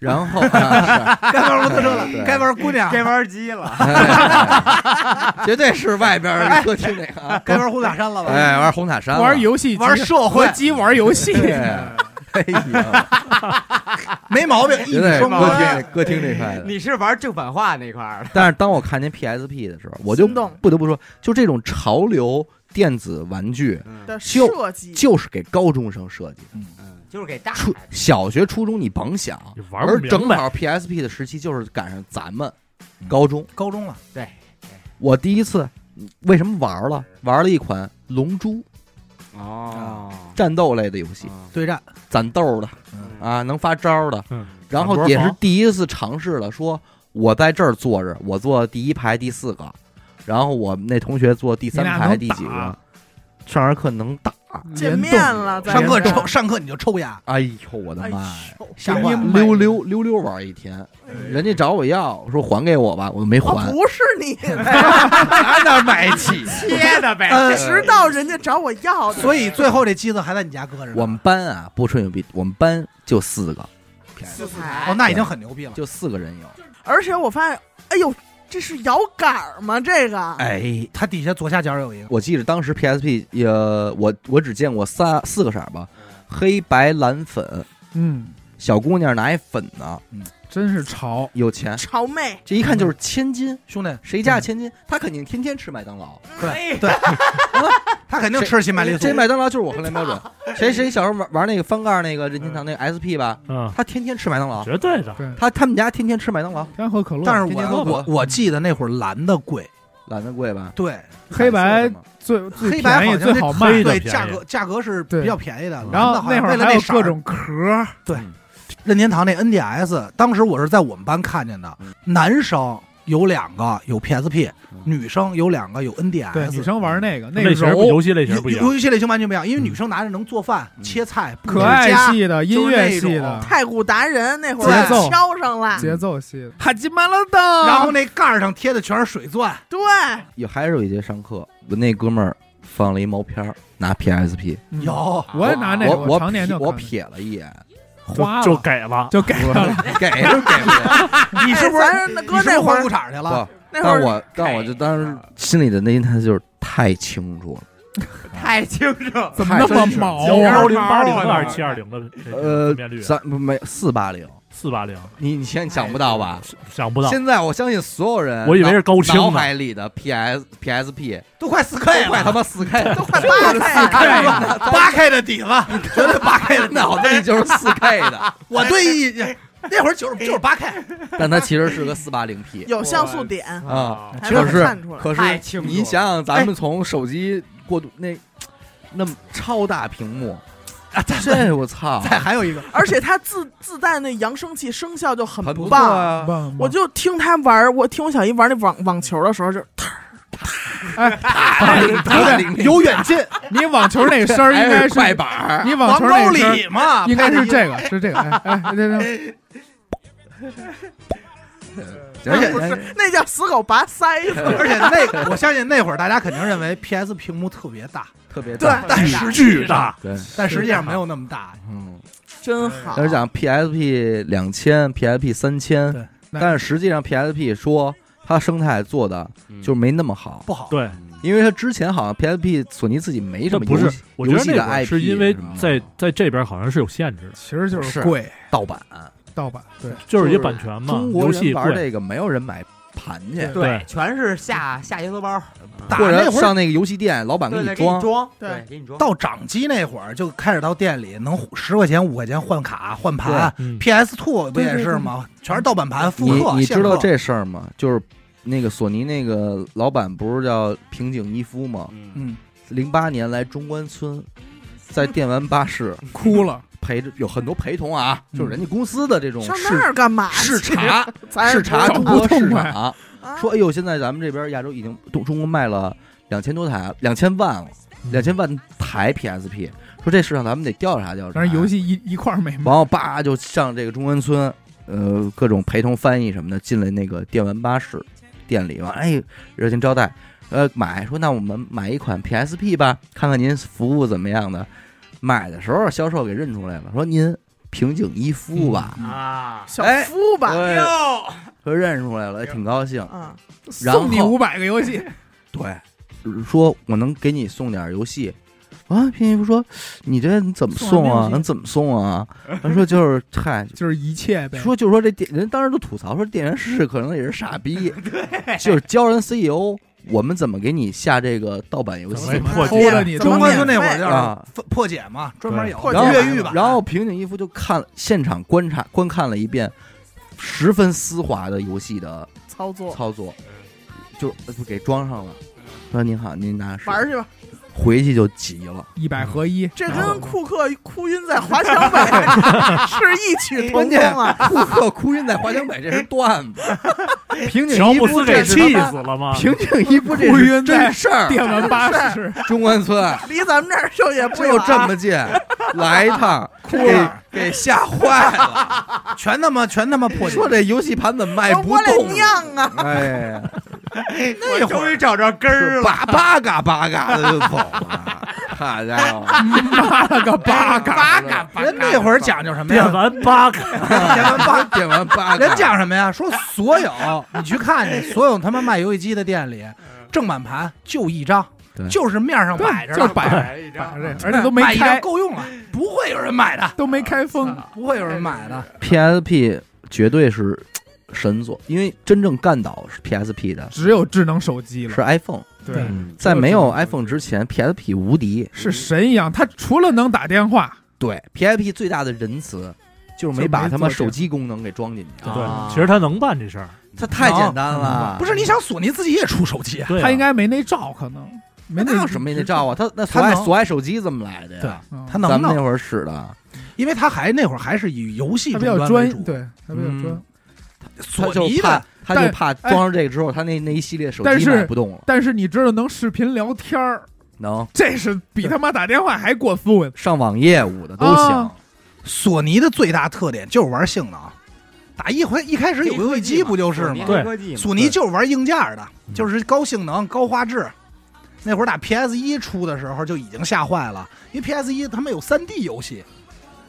然后，啊该玩摩托车对了，该玩姑娘，该玩机了，是哎绝对是外边儿歌厅那个啊，该玩红塔山了 吧？哎，玩红塔山了，玩游戏机玩社合 会机玩游戏，对，哎呀，没毛病，一绝语对双歌关。厅歌厅这块的。 你是玩正版化那块儿的，但是当我看见 PSP 的时候，我就心动不得不说，就这种潮流电子玩具，的就设计，就是给高中生设计的。嗯，就是给大初小学、初中你甭想，你玩不而正明白，嗯好 PSP 的时期就是赶上咱们高中。高中了，我第一次嗯为什么玩了？玩了一款《龙珠》哦，战斗类的游戏，啊对战攒豆的啊，能发招的。嗯然后攒多也少是房第一次尝试了，说我在这儿坐着，我坐第一排第四个，然后我那同学坐第三你俩排能第几个打，上上课能打。见面了，在上课这儿抽，上课你就抽烟，哎呦，我的哎妈呀！呦，吓坏了。溜溜溜溜玩一天，哎人家找我要说还给我吧，我没啊哦，还，不是你，哪哪买 起？贴的呗， 呃，直到人家找我要的，所以最后这机子还在你家搁着呢。我们班啊，不吹牛逼，我们班就四个，四哦，台，那已经很牛逼了。就四个人啊有。而且我发现，哎呦，这是摇杆儿吗？这个，哎，它底下左下角有一个，我记得当时 PSP 也，呃我我只见过仨四个色儿吧，嗯黑白蓝粉，嗯，小姑娘拿一粉呢，真是潮，有钱，潮妹，这一看就是千金，兄弟，谁家千金？她肯定天天吃麦当劳，哎对对，他肯定谁吃新麦丽素这。麦当劳就是我衡量标准。谁谁小时候玩玩那个翻盖儿那个任天堂那个 SP 吧，嗯，她天天吃麦当劳，绝对的，对，她他们家天天吃麦当劳，天喝可乐，但是天天我喝吧我我记得那会儿蓝的贵，懒得贵吧？对，黑白彩色的嘛最最黑白便好像宜最是好卖黑的对，便宜价格价格是对嗯比较便宜的。然蓝的后好那像会为儿了还有色儿各种壳儿，任天堂那 NDS，当时我是在我们班看见的，嗯男生有两个有 PSP，女生有两个有 NDS。对，女生玩那个那类型不柔游戏类型游不一样游，游戏类型完全不一样，因为嗯女生拿着能做饭、嗯切菜、布置可爱家系的、音乐系的、太鼓达人那会节奏儿敲上了，节奏系的，哈基马拉的，啊然后那盖儿上贴的全是水钻，对，有还是有一节上课，我那哥们儿放了一毛片儿，拿 PSP，嗯有我也拿那我个，我常年瞥就我看瞥了一眼，花了就给了，就给了， 给是给不你是不是哎咱那你哥是不那是会换儿裤衩去了？给，那但会儿我但我就当时心里的那一他就是太清楚了。太清楚。怎么那么太真实毛幺啊？幺零八零毛啊二七二零的这个呃分辨，啊率，三没四八零，四八零，你你现在想不到吧？想不到，现在我相信所有人，我以为是高清脑呢。海里的 PS PSP 都快四 K 都快他了，妈四 K，都快八岁了， 八 K 的底子，绝对八 K 的脑袋里就是四 K 的， 我对一那会儿就是就是八 K，但它其实是个四八零 P 有像素点，啊。还可能是看出来。可太是清楚了你想想，咱们从手机过渡那那么超大屏幕，啊这我操，哎再还有一个而且它自自带那扬声器声效就很很不错棒。啊！棒我就听他玩儿，我听我小姨玩那网网球的时候就，有远近，你网球那声儿应该是快板儿，你网王球高那声儿里嘛， 应该是 拍这个，是这个。哎哎，对对，的一个，哎而且那叫死狗拔腮 子。而且那个我相信那会儿大家肯定认为 PS 屏幕特别大，特别对大，但实际上对，但实际上没有那么大，嗯，真好。要是讲 PSP 两千、PSP 三千，对那但是实际上 PSP 说它生态做的嗯就是没那么好，不好。对，因为它之前好像 PSP 索尼自己没什这么不游是戏，我觉游得戏那的会儿 IP 是因为什么的在在这边好像是有限制的，其实就是是贵盗版，盗版，对，就是一版权嘛，中国游戏人玩贵，这个没有人买盘去，对，全是下下节奏包，打或者那会儿上那个游戏店，老板对你对，给你装，装，对对，给你装。到掌机那会儿就开始到店里能十块钱五块钱换卡换盘嗯， ，PS Two 不也是吗？全是盗版盘复你刻。你现知道刻这事儿吗？就是那个索尼那个老板不是叫平井一夫吗？嗯，嗯，零八年来中关村，在电玩巴士哭了。陪着有很多陪同啊，嗯就是人家公司的这种上视那儿干嘛去？视察咱也视不察中懂国市不痛快场，啊说哎呦，现在咱们这边亚洲已经中中国卖了两千多台，两千万了，两千万台 PSP，说这市场咱们得调查调查。但是游戏一一块儿没买然，后叭就上这个中关村，呃，各种陪同翻译什么的进了那个电玩巴士店里，完哎热情招待，呃买说那我们买一款 PSP 吧，看看您服务怎么样的。买的时候销售给认出来了，说您平井一夫嗯吧，啊，小哎夫吧，对，哟，说认出来哎了，也挺高兴。啊，然后送你五百个游戏，对，说我能给你送点游戏。啊，平井一夫说：“你这怎么送啊？送什么游戏能怎么送啊？”他说：“就是嗨，就是一切呗。说就说这店人当时都吐槽说店员是可能也是傻逼，对，就是教人 CEO 我们怎么给你下这个盗版游戏怎么破偷了你怎中么东关西村那会儿免费啊。就是破解嘛，专门有破解然后越狱吧。然后平井一夫就看现场观察观看了一遍，十分丝滑的游戏的操作操作，就就给装上了。说您好，您拿试玩儿去吧。回去就急了。一百合一，这然后跟库克哭晕在华强北 是异曲同关工键啊！库克哭晕在华强北，这是段子。 平井乔一布夫斯这给是气他妈死了吗？平井一夫这哭是晕在真事儿，啊电玩巴士，中关 村。离咱们这儿就也不就远啊这么近，来一趟，给了给吓坏了。 全他妈全他妈破解。说这游戏盘怎么卖我不我得动？酿啊！哎呀，那会儿找着根是叭叭嘎叭嘎的就走了， 好家伙！妈了个巴嘎！八嘎人那会儿讲究什么电呀？玩八 K，点完八，点完 八，人讲什么呀？说所有你去看去，所有他妈卖游戏机的店里，正版盘就一张对，就是面上摆着就的，摆摆一摆张，着这，而且都没啊买一张开，够啊用了，不会有人买的，都没开封。不会有人买的。 PSP 绝对是神作，因为真正干倒是 PSP 的只有智能手机了是，iPhone，啊嗯对，在没有 iPhone 之前，PSP 无敌。是神一样。它除了能打电话，对，PSP 最大的仁慈就是没把他妈手机功能给装进去，啊对，其实他能办这事儿，它太简单哎了。不是你想索尼自己也出手机啊？对啊，它应该没那照，可能没那有那什么也得照啊？他那他索爱能索爱手机怎么来的呀？对嗯他咱能们那弄，会儿使的，因为他还那会儿还是以游戏它比较终端为专，主，对，它比较专。他索就尼怕的他就但怕装上这个之后，他那那一系列手但机是买不动了，但是你知道能视频聊天儿，能这是比他妈打电话还过分。上网业务的都行啊。索尼的最大特点就是玩性能，打一回一开始有游戏机不就是吗？对科技嘛索尼就是玩硬件儿的，嗯就是高性能、高画质。那会儿打 PS 一出的时候就已经吓坏了，因为 PS 一他们有 3D 游戏，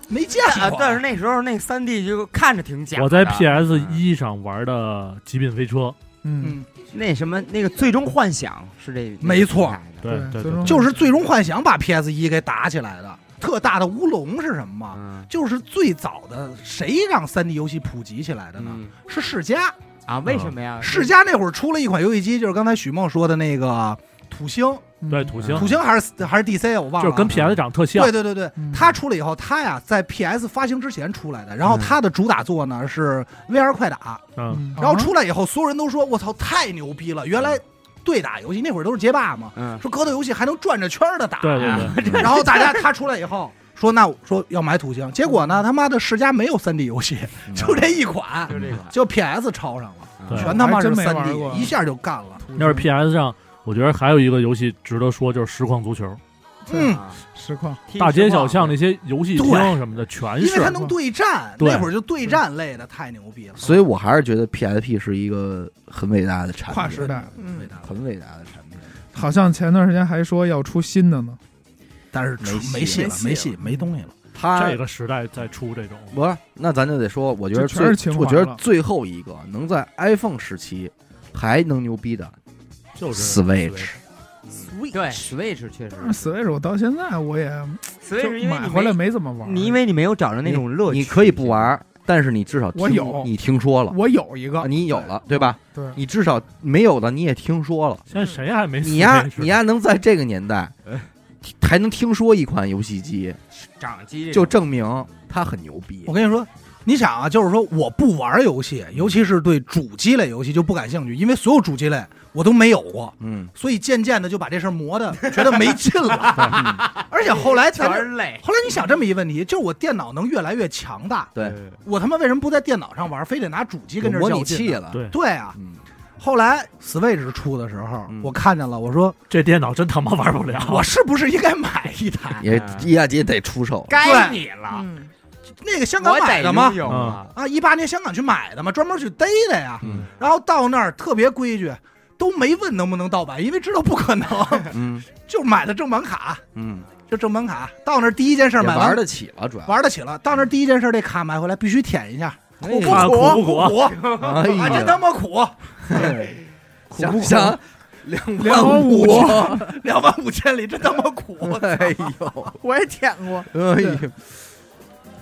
没见 但过。啊但是那时候那三 D 就看着挺假的。嗯我在 PS 一上玩的《极品飞车》，嗯，嗯，那什么那个最终幻想是这没错，那个对对对最终对，就是《最终幻想》把 PS 一给打起来的。特大的乌龙是什么吗？嗯就是最早的谁让 3D 游戏普及起来的呢？嗯是世嘉。啊，为什么呀？世嘉那会儿出了一款游戏机，就是刚才许梦说的那个土星，嗯对土星土星还是还是 DC 啊我忘就了，是跟 PS 长得特像对，对对对嗯，它出了以后，它呀在 PS 发行之前出来的，然后嗯它的主打作呢是 VR 快打，嗯，嗯然后出来以后，所有人都说我操太牛逼了，原来对打游戏那会儿都是街霸嘛，嗯，说格斗游戏还能转着圈儿的打，对 对对，然后大家他出来以后说那我说要买土星，结果呢他妈的世嘉没有 3D 游戏，嗯就这一款，就这个，就 PS 抄上了，对全他妈是我还真没玩 3D，过一下就干了。嗯要是 PS 上，我觉得还有一个游戏值得说，就是实况足球，嗯，啊，实况，大街小巷那些游戏厅对什么的全啊因为是它。能对战，对那会儿就对战类的太牛逼了，所以我还是觉得 PSP 是一个很伟大的产品，跨时代嗯对打了很伟大的产品。好像前段时间还说要出新的呢。但是没戏没戏了，没没戏戏，没东西了。它这个时代再出这种，不是，那咱就得说，我觉得这全最，是情我怀觉得了最后一个能在 iPhone 时期还能牛逼的就是 Switch， Sweet，对 Switch 确实但是 Switch 我到现在我也嗯就，Switch 因为买你回来没，没怎么玩，你因为你没有找着那种乐趣，你可以不玩儿，但是你至少我听有你听说了，我有一啊个，你有了，对吧？对，你至少没有的你也听说了。现在谁还没你呀， Switch 你呀，能在这个年代哎还能听说一款游戏机，掌机这就种，证明它很牛逼我。跟你说，你想啊，就是说我不玩游戏，尤其是对主机类游戏就不感兴趣，因为所有主机类我都没有过，嗯，所以渐渐的就把这事儿磨的觉得没劲 了。而且后来咱全这是累，后来你想这么一问题，就是我电脑能越来越强大，对，我他妈为什么不在电脑上玩，非得拿主机有跟这模儿拟较劲器呢？了。对对啊，嗯，后来 Switch 出的时候，嗯我看见了，我说这电脑真他妈玩不了。 我是不是应该买一台？ 也伊亚杰得出手。该对你了，嗯，那个香港我买得的吗嗯拥？有啊，啊，一八年香港去买的嘛，专门去逮的呀。嗯然后到那儿特别规矩，都没问能不能盗版，因为知道不可能，嗯就买的正版卡，嗯，就正版卡。到那儿第一件事也买玩完得起了，主要。玩得起了，到那儿第一件事这卡买回来必须舔一下，苦不看苦？苦不苦苦？哎 啊，真他呀，妈苦！苦不想苦？想两万五两万五千里，真他妈苦！哎呦，我也舔过，哎呦，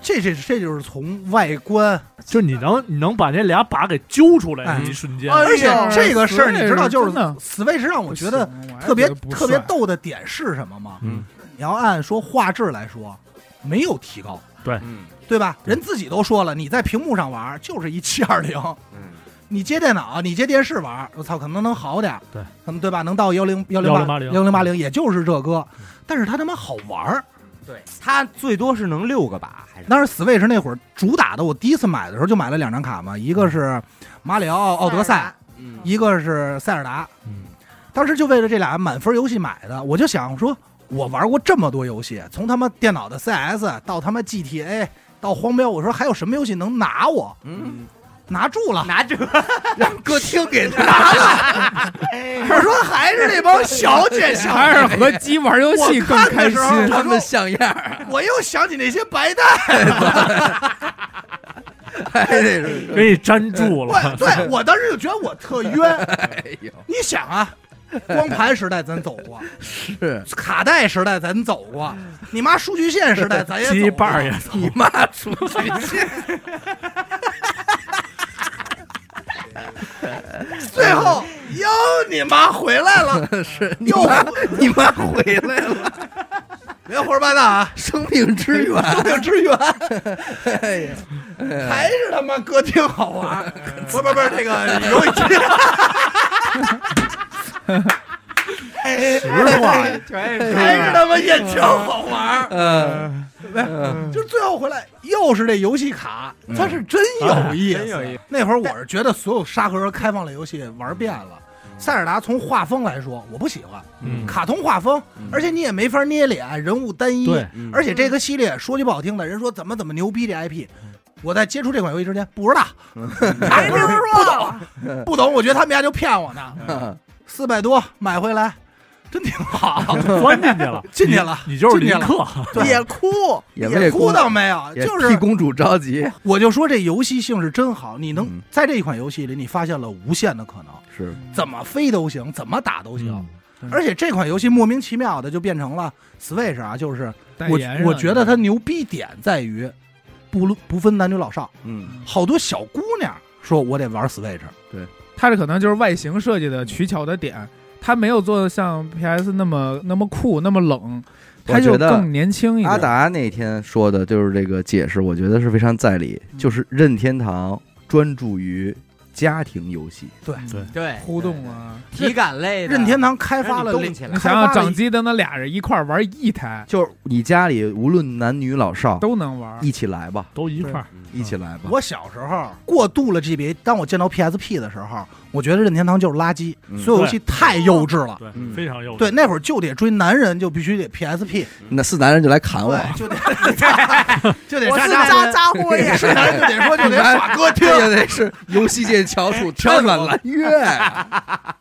这这这就是从外观，就你能你能把这俩把给揪出来哎那一瞬间，哎呦而且这个事儿你知道，就是真的 Switch 让我觉得不行我还特别觉得不特别帅逗的点是什么吗？嗯，你要按说画质来说，没有提高，嗯对吧？人自己都说了，你在屏幕上玩就是一七二零，嗯，你接电脑，你接电视玩，我操，可能能好点，对，可能对吧？能到幺零幺1080幺零八零，也就是这个，嗯但是它他妈好玩儿。对，它最多是能六个把，还是当时 Switch 那会儿主打的，我第一次买的时候就买了两张卡嘛，一嗯个是马里奥奥德赛，嗯一个是塞尔达。嗯，当时就为了这俩满分游戏买的，我就想说，我玩过这么多游戏，从他妈电脑的 CS 到他妈 GTA 到荒标，我说还有什么游戏能拿我？嗯，拿住了，拿这让歌厅给他。 我说还是那帮小姐小 还是和鸡玩游戏更开心我。看的时候他们像样儿，我又想起那些白蛋，还得 是，给你粘住 我了。 对我当时就觉得我特冤。哎呦，你想啊，光盘时代咱走过，是卡带时代咱走过，你妈数据线时代咱 也走过鸡巴儿也走你妈出去，最后哟你妈回来了，是你妈，你妈回来了，别胡说八道啊！生命之源，生命之源哎呀，还是他妈歌厅好玩，不是不是不是那个游戏厅。实话，全还是他妈眼球好玩儿，嗯，就是最后回来又是这游戏卡，它是真有意真有意思。那会儿我是觉得所有沙盒开放类游戏玩遍了，塞尔达从画风来说我不喜欢，嗯卡通画风嗯，而且你也没法捏脸，人物单一， 对，嗯而且这个系列说句不好听的，人说怎么怎么牛逼这 IP。我在接触这款游戏之前不知道，嗯 还真是不懂，不懂。我觉得他们家就骗我呢，嗯四百多买回来，真挺好。钻进去了， 进去了你你就是进去林了克，也哭， 也也为哭公倒没有，也就是替公主着急，我就说这游戏性是真好，你嗯能在这一款游戏里，你发现了无限的可能，是怎么飞都行，怎么打都行。嗯嗯而且这款游戏莫名其妙的就变成了 Switch 啊，就是代我言上我觉得它牛逼点在于不论不分男女老少，嗯，好多小姑娘说我得玩 Switch，它这可能就是外形设计的取巧的点，它没有做的像 PS 那么那么酷那么冷，我它就觉得更年轻一阿点。达那天说的就是这个解释，我觉得是非常在理，就是任天堂专注于家庭游戏，对对对互动，啊！体感类的，任天堂开发了让你零动起来你想想，掌机的那俩人一块儿玩一台就是你家里无论男女老少都能玩，一起来吧， 都一块儿，嗯一起来吧。我小时候过度了 GB，当我见到 PSP 的时候，我觉得任天堂就是垃圾，嗯所有游戏太幼稚了。对嗯，非常幼稚。对，那会儿就得追男人，就必须得 PSP，那是男人就来砍啊我，对，就得 就得我扎是扎扎婚，扎呼也是男人就得说就得耍歌厅，这 也得是游戏界翘 楚，天晚蓝月，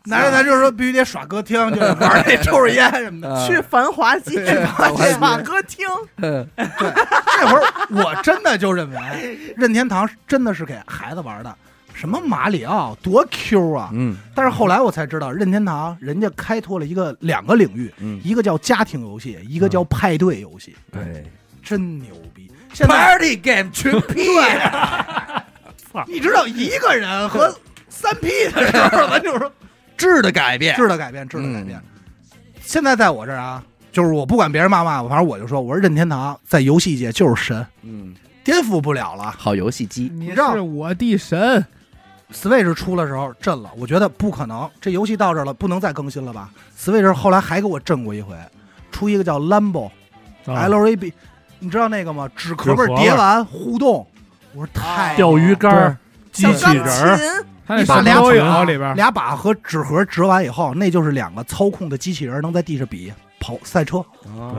男人咱就是说必须得耍歌厅，就是玩那抽着烟什么的。去繁华街、呃繁华街马歌厅，嗯那会儿我真的就认为任天堂真的是给孩子玩的，什么马里奥多 Q 啊！嗯但是后来我才知道，任天堂人家开拓了一个两个领域，嗯，一个叫家庭游戏，一个叫派对游戏，对，真牛逼！哎现在 game 群 P，你啊知道一个人和三 P 的时候，咱就说 质的改变，质的改变，质的改变。现在在我这儿啊，就是我不管别人骂骂我，反正我就说，我说任天堂在游戏界就是神，嗯，颠覆不了了。好游戏机，你你让是我的神， Switch 出的时候震了，我觉得不可能，这游戏到这儿了，不能再更新了吧？Switch 后来还给我震过一回，出一个叫 Lambo 啊 L A B，你知道那个吗？纸壳纸儿壳儿叠完互动，我说太钓鱼竿儿、机小器钢人儿，琴，它那啊把什么俩都手有里边儿。俩把和纸盒折完以后，那就是两个操控的机器人能在地上比跑赛车。哦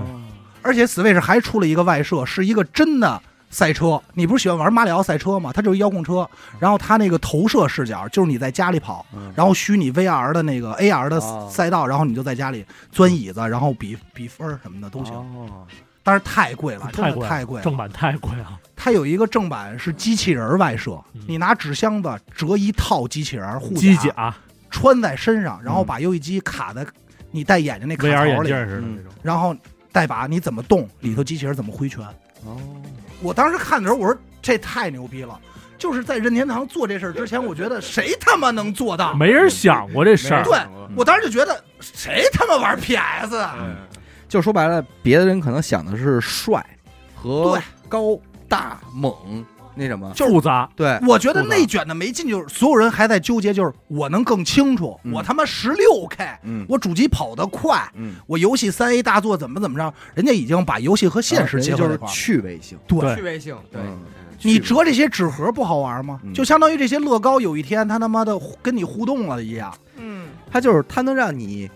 而且 Switch 还出了一个外设，是一个真的赛车。你不是喜欢玩马里奥赛车吗？它就是一遥控车，然后它那个投射视角就是你在家里跑，嗯然后虚拟 VR 的那个 AR 的哦赛道，然后你就在家里钻椅子，然后比比分儿什么的都行。哦，但是太贵了，真太的贵了太贵了。正版太贵了，它有一个正版是机器人外设嗯，你拿纸箱子折一套机器人护机甲、穿在身上，然后把游戏机卡在你戴眼睛那卡 VR 槽眼里，镜似的嗯那种。然后带把你怎么动，里头机器人怎么挥拳。哦，我当时看的时候，我说这太牛逼了！就是在任天堂做这事儿之前，我觉得谁他妈能做到？没人想过这事儿，对，我当时就觉得谁他妈玩 PS 啊？嗯就说白了，别的人可能想的是帅和对高大猛那什么，复杂，对，我觉得内卷的没劲，就是所有人还在纠结，就是我能更清楚，嗯我他妈十六 K，嗯我主机跑得快，嗯，我游戏三 A 大作怎么怎么着，人家已经把游戏和现实结啊合就在一是块儿。趣味性，对趣味性，对，嗯嗯你折这些纸盒不好玩吗嗯？就相当于这些乐高有一天他他妈的跟你互动了一样。嗯，它就是它能让你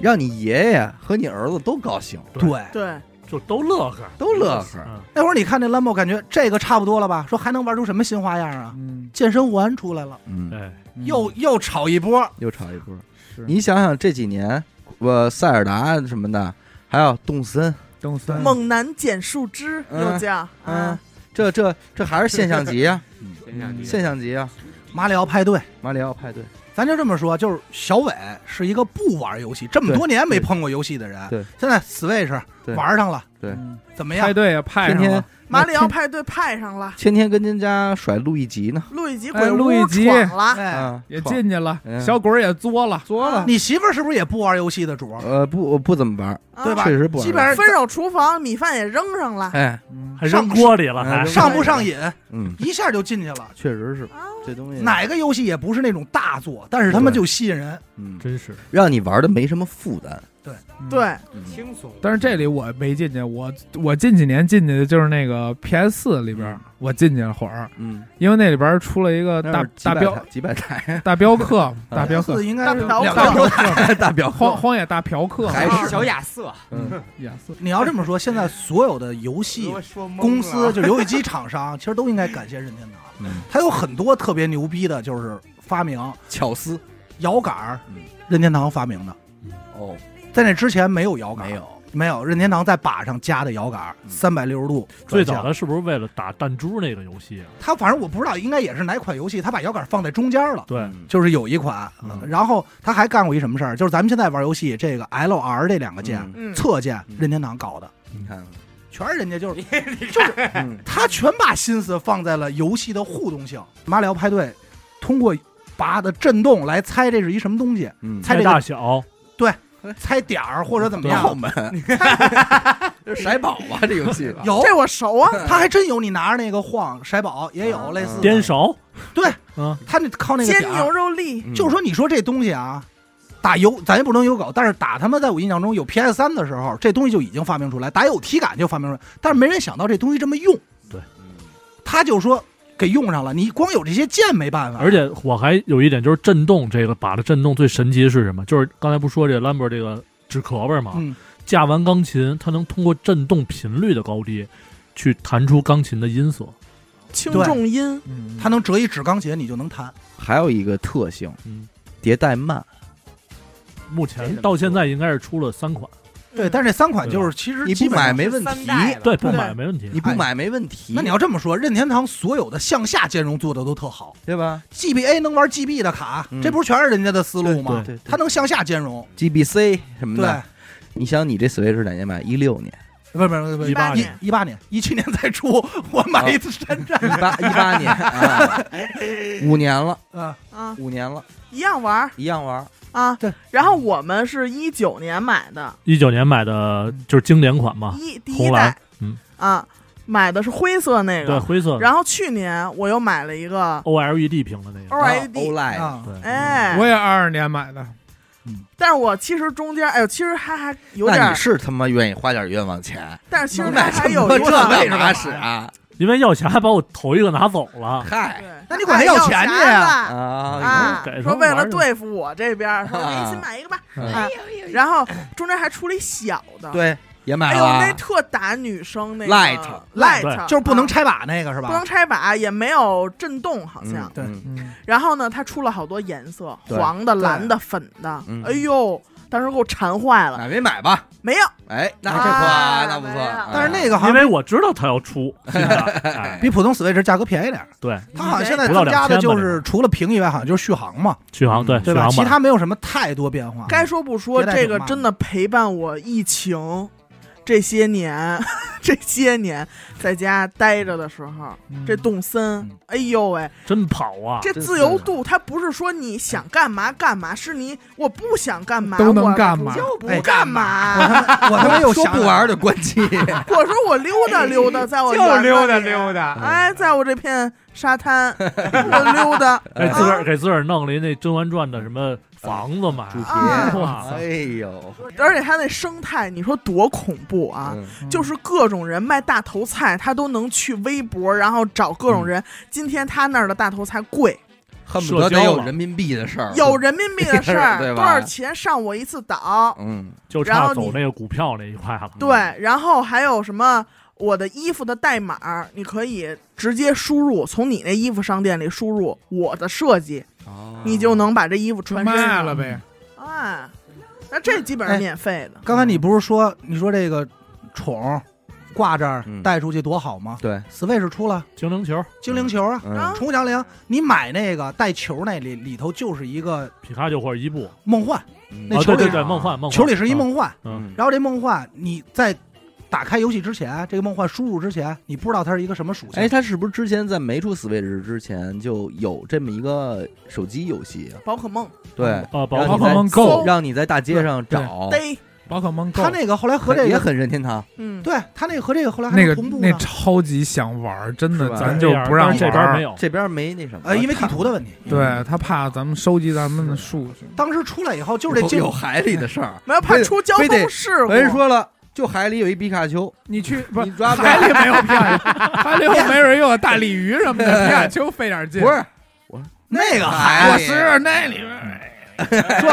让你爷爷和你儿子都高兴，对对，对，就都乐呵。都乐呵，嗯，那会儿你看那兰博，感觉这个差不多了吧？说还能玩出什么新花样啊？嗯，健身环出来了，嗯，哎，嗯又又炒一波。又炒一波。是你想想这几年，我塞尔达什么的，还有动森，邓森猛男捡树枝又叫，嗯嗯，，这这这还是现象级啊，真想去现象级啊，马里奥派对，马里奥派对，咱就这么说，就是小伟是一个不玩游戏，这么多年没碰过游戏的人。对对现在 Switch 对玩上了，对嗯怎么派样？对也派天上天了，马里奥派对派上了，天天跟人家甩路易吉呢，路易吉哎鬼路易屋吉闯了，哎，啊，也闯进去了嗯，小鬼儿也作了，作了，你媳妇儿是不是也不玩游戏的主儿？呃，不，我不怎么玩儿，啊对吧确实不玩儿，基本上分手厨房米饭也扔上了，哎，嗯，还扔锅里了，还上上哎不上瘾，嗯，一下就进去了。确实是啊这东西，哪个游戏也不是那种大作，但是他们对就吸引人。嗯，真是让你玩的没什么负担，嗯。对，嗯轻松。但是这里我没进去，我我近几年进去的就是那个 PS 四里边儿，我进去了会儿，嗯，因为那里边儿出了一个大大镖几百台，大镖客，大镖嗯客，应该是大两镖个客 游戏。大表荒荒野大嫖客嘛，还是小亚瑟，嗯，亚瑟你要这么说，现在所有的游戏 我说懵了公司就是游戏机厂商，其实都应该感谢任天堂。嗯它有很多特别牛逼的，就是发明巧思，摇杆儿嗯，任天堂发明的，哦，在那之前没有摇杆，没有，没有任天堂在把上加的摇杆，三百六十度最转早向。的是不是为了打弹珠那个游戏啊？他反正我不知道，应该也是哪款游戏，他把摇杆放在中间了。对，就是有一款，嗯然后他还干过一什么事儿？就是咱们现在玩游戏，这个 L R 这两个键、嗯嗯，侧键嗯，哎任天堂搞的，你看看，全是人家就是就是嗯他全把心思放在了游戏的互动性。马里奥派对通过拔的震动来猜这是一什么东西，嗯，猜猜这大个小，哎猜点儿或者怎么后样。门，这是骰宝吧？这游戏有，这我熟啊，他还真有，你拿着那个晃骰宝也有嗯类似的颠勺，对，嗯，他那靠那个煎点牛儿，肉粒，嗯就是说你说这东西啊，打有咱也不能有狗，但是打他妈在我印象中有 PS 三的时候，这东西就已经发明出来，打有体感就发明出来，但是没人想到这东西这么用，嗯他就说给用上了，你光有这些键没办法，而且我还有一点就是震动，这个把的震动最神奇的是什么？就是刚才不说这 Lambert 这个纸壳儿嘛，嗯架完钢琴，它能通过震动频率的高低，去弹出钢琴的音色。轻对重音，嗯他能折一纸钢琴，你就能弹。还有一个特性，嗯，迭代慢，目前哎到现在应该是出了三款，对，但是这三款就是其实你基不本上买没问三题，代了对，不对买没问题。你不买没问题，那你要这么说，任天堂所有的向下兼容做的都特好对吧，GBA 能玩 GB 的卡，嗯这不是全是人家的思路吗？对对它能向下兼容， ？GBC 什么对，的，你想你这 Switch 哪年买？一六年，不是不是不是一八一年一八年一七年才出，我买一次山寨一八一八年，啊五年了，啊，啊，五年了，一样玩儿一样玩儿。啊。对，然后我们是一九年买的，一九年买的就是经典款嘛，一第一啊红蓝代，嗯啊，买的是灰色那对，个。灰色的嗯然后去年我又买了一个 OLED 屏的那个。 OLED， OLED，啊，对，哎，我也二二年买的，但是我其实中间，哎呦，其实还还有点那你儿，是他妈愿意花点冤枉钱，但是其实能买还有我一 这个，为啥使啊？因为药匣把我头一个拿走 了，嗨对哎那你管他要钱去呀呀？啊，啊改，成说为玩儿了去对付我这边儿，说哎啊一起买一个吧。嗯啊然后中间还出了一小的，，对，也买哎了呦，那啊，特打女生那个 Light light，对就是不能啊拆瓦那个是不吧能？拆把，也没有震动，好嗯像。对嗯嗯，然后呢，它出了好多颜色，对黄的、蓝的、粉的嗯。哎哎呦，当时给我馋坏了。买没买吧？没有，哎，那啊这款那不错啊嗯没有，但是那个个好啊因像为我知道它要出新的。哎比普通 Switch 价格便宜点儿，嗯对，它好像现在不到增加的2000就吧这是个除了屏以外，好像就是续航嘛，续航对，对续吧？航其版他没有什么太多变化。该说不说，迭代这挺个慢真的陪伴我疫情这些年， 这些年在家待着的时候，这动森嗯，哎呦喂，真跑啊！这真自是由度，它不是说你想干嘛干嘛，是你我不想干嘛，都能我干嘛就不哎干嘛。我他妈又啊说想不玩儿就关机， 我说我溜达溜达，在我就溜达溜达，达，哎，在我这片沙滩，我溜达给哎自个儿给自个儿弄了一那《甄嬛传》的什么房子买，主题啊哇哎呦，而且它那生态，你说多恐怖啊！嗯就是各种人卖大头菜，他都能去微博，然后找各嗯种人。今天他那儿的大头菜贵，恨不得得社交有了人民币的事儿，有人民币的事儿，啊 对吧多少钱上我一次岛？嗯，就然差后你走那个股票那一块了。对，然后还有什么？我的衣服的代码，你可以直接输入，从你那衣服商店里输入我的设计，你啊哦就能把这衣服就穿身卖上了。呗。哎，那这基本上免费的。刚才你不是说你说这个宠挂这儿嗯带出去多好吗对， ？Switch 出了精灵球、精灵球啊，然嗯后宠物降临，你买那个带球那里里头就是一个皮卡丘或者伊布梦幻，那啊，球对里对对，梦幻啊梦幻球里是一，梦幻，嗯，然后这梦幻你在打开游戏之前，这个梦幻输入之前，你不知道它是一个什么属性哎，。他是不是之前在没出 Switch 之前就有这么一个手机游戏啊？宝可梦对，哦啊，宝然后宝你可在梦搜 Go，让你在大街上对找，逮，宝可梦 Go，它那个后来和这也个，很任天堂，嗯，对它那个和这个后来还那个同步呢那，超级想玩儿，真是的吧咱就不让但是这玩边儿没。有，这边没那什么，呃，因为地图的问题。对他怕咱们收集咱们的数据，当时出来以后就是这有精有海里的事儿，没有怕非得出交非得通事故。人说了，就海里有一皮卡丘，你去不你抓不着海里没有皮卡丘，海里又没准又有大鲤鱼什么 的，皮卡丘费点劲。不是那个海我里是那里边说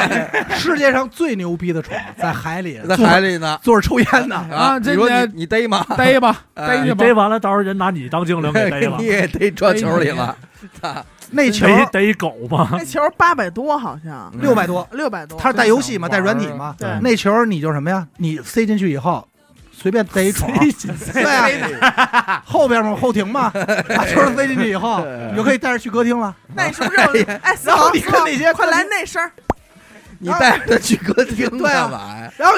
世界上最牛逼的宠在海里，在海里呢坐着抽烟 呢，啊！啊你这说个你你逮吗？逮吧， 哎逮去你吧 逮。完了，到时候人拿你当精灵给逮了你。也逮这球里了，操！那球得嗯一得一狗吧？ 那球八百多好像，六百多，六百多。它是带游戏嘛，对带软体嘛对，那球你就什么呀？你塞进去以后，随便逮一闯，对啊，后边嘛后庭嘛，把球塞进去以后，你就可以带着去歌厅了。那你是不是有？哎，然后死亡你死看亡那些快来那声儿， 你带着他去歌厅干嘛呀？然后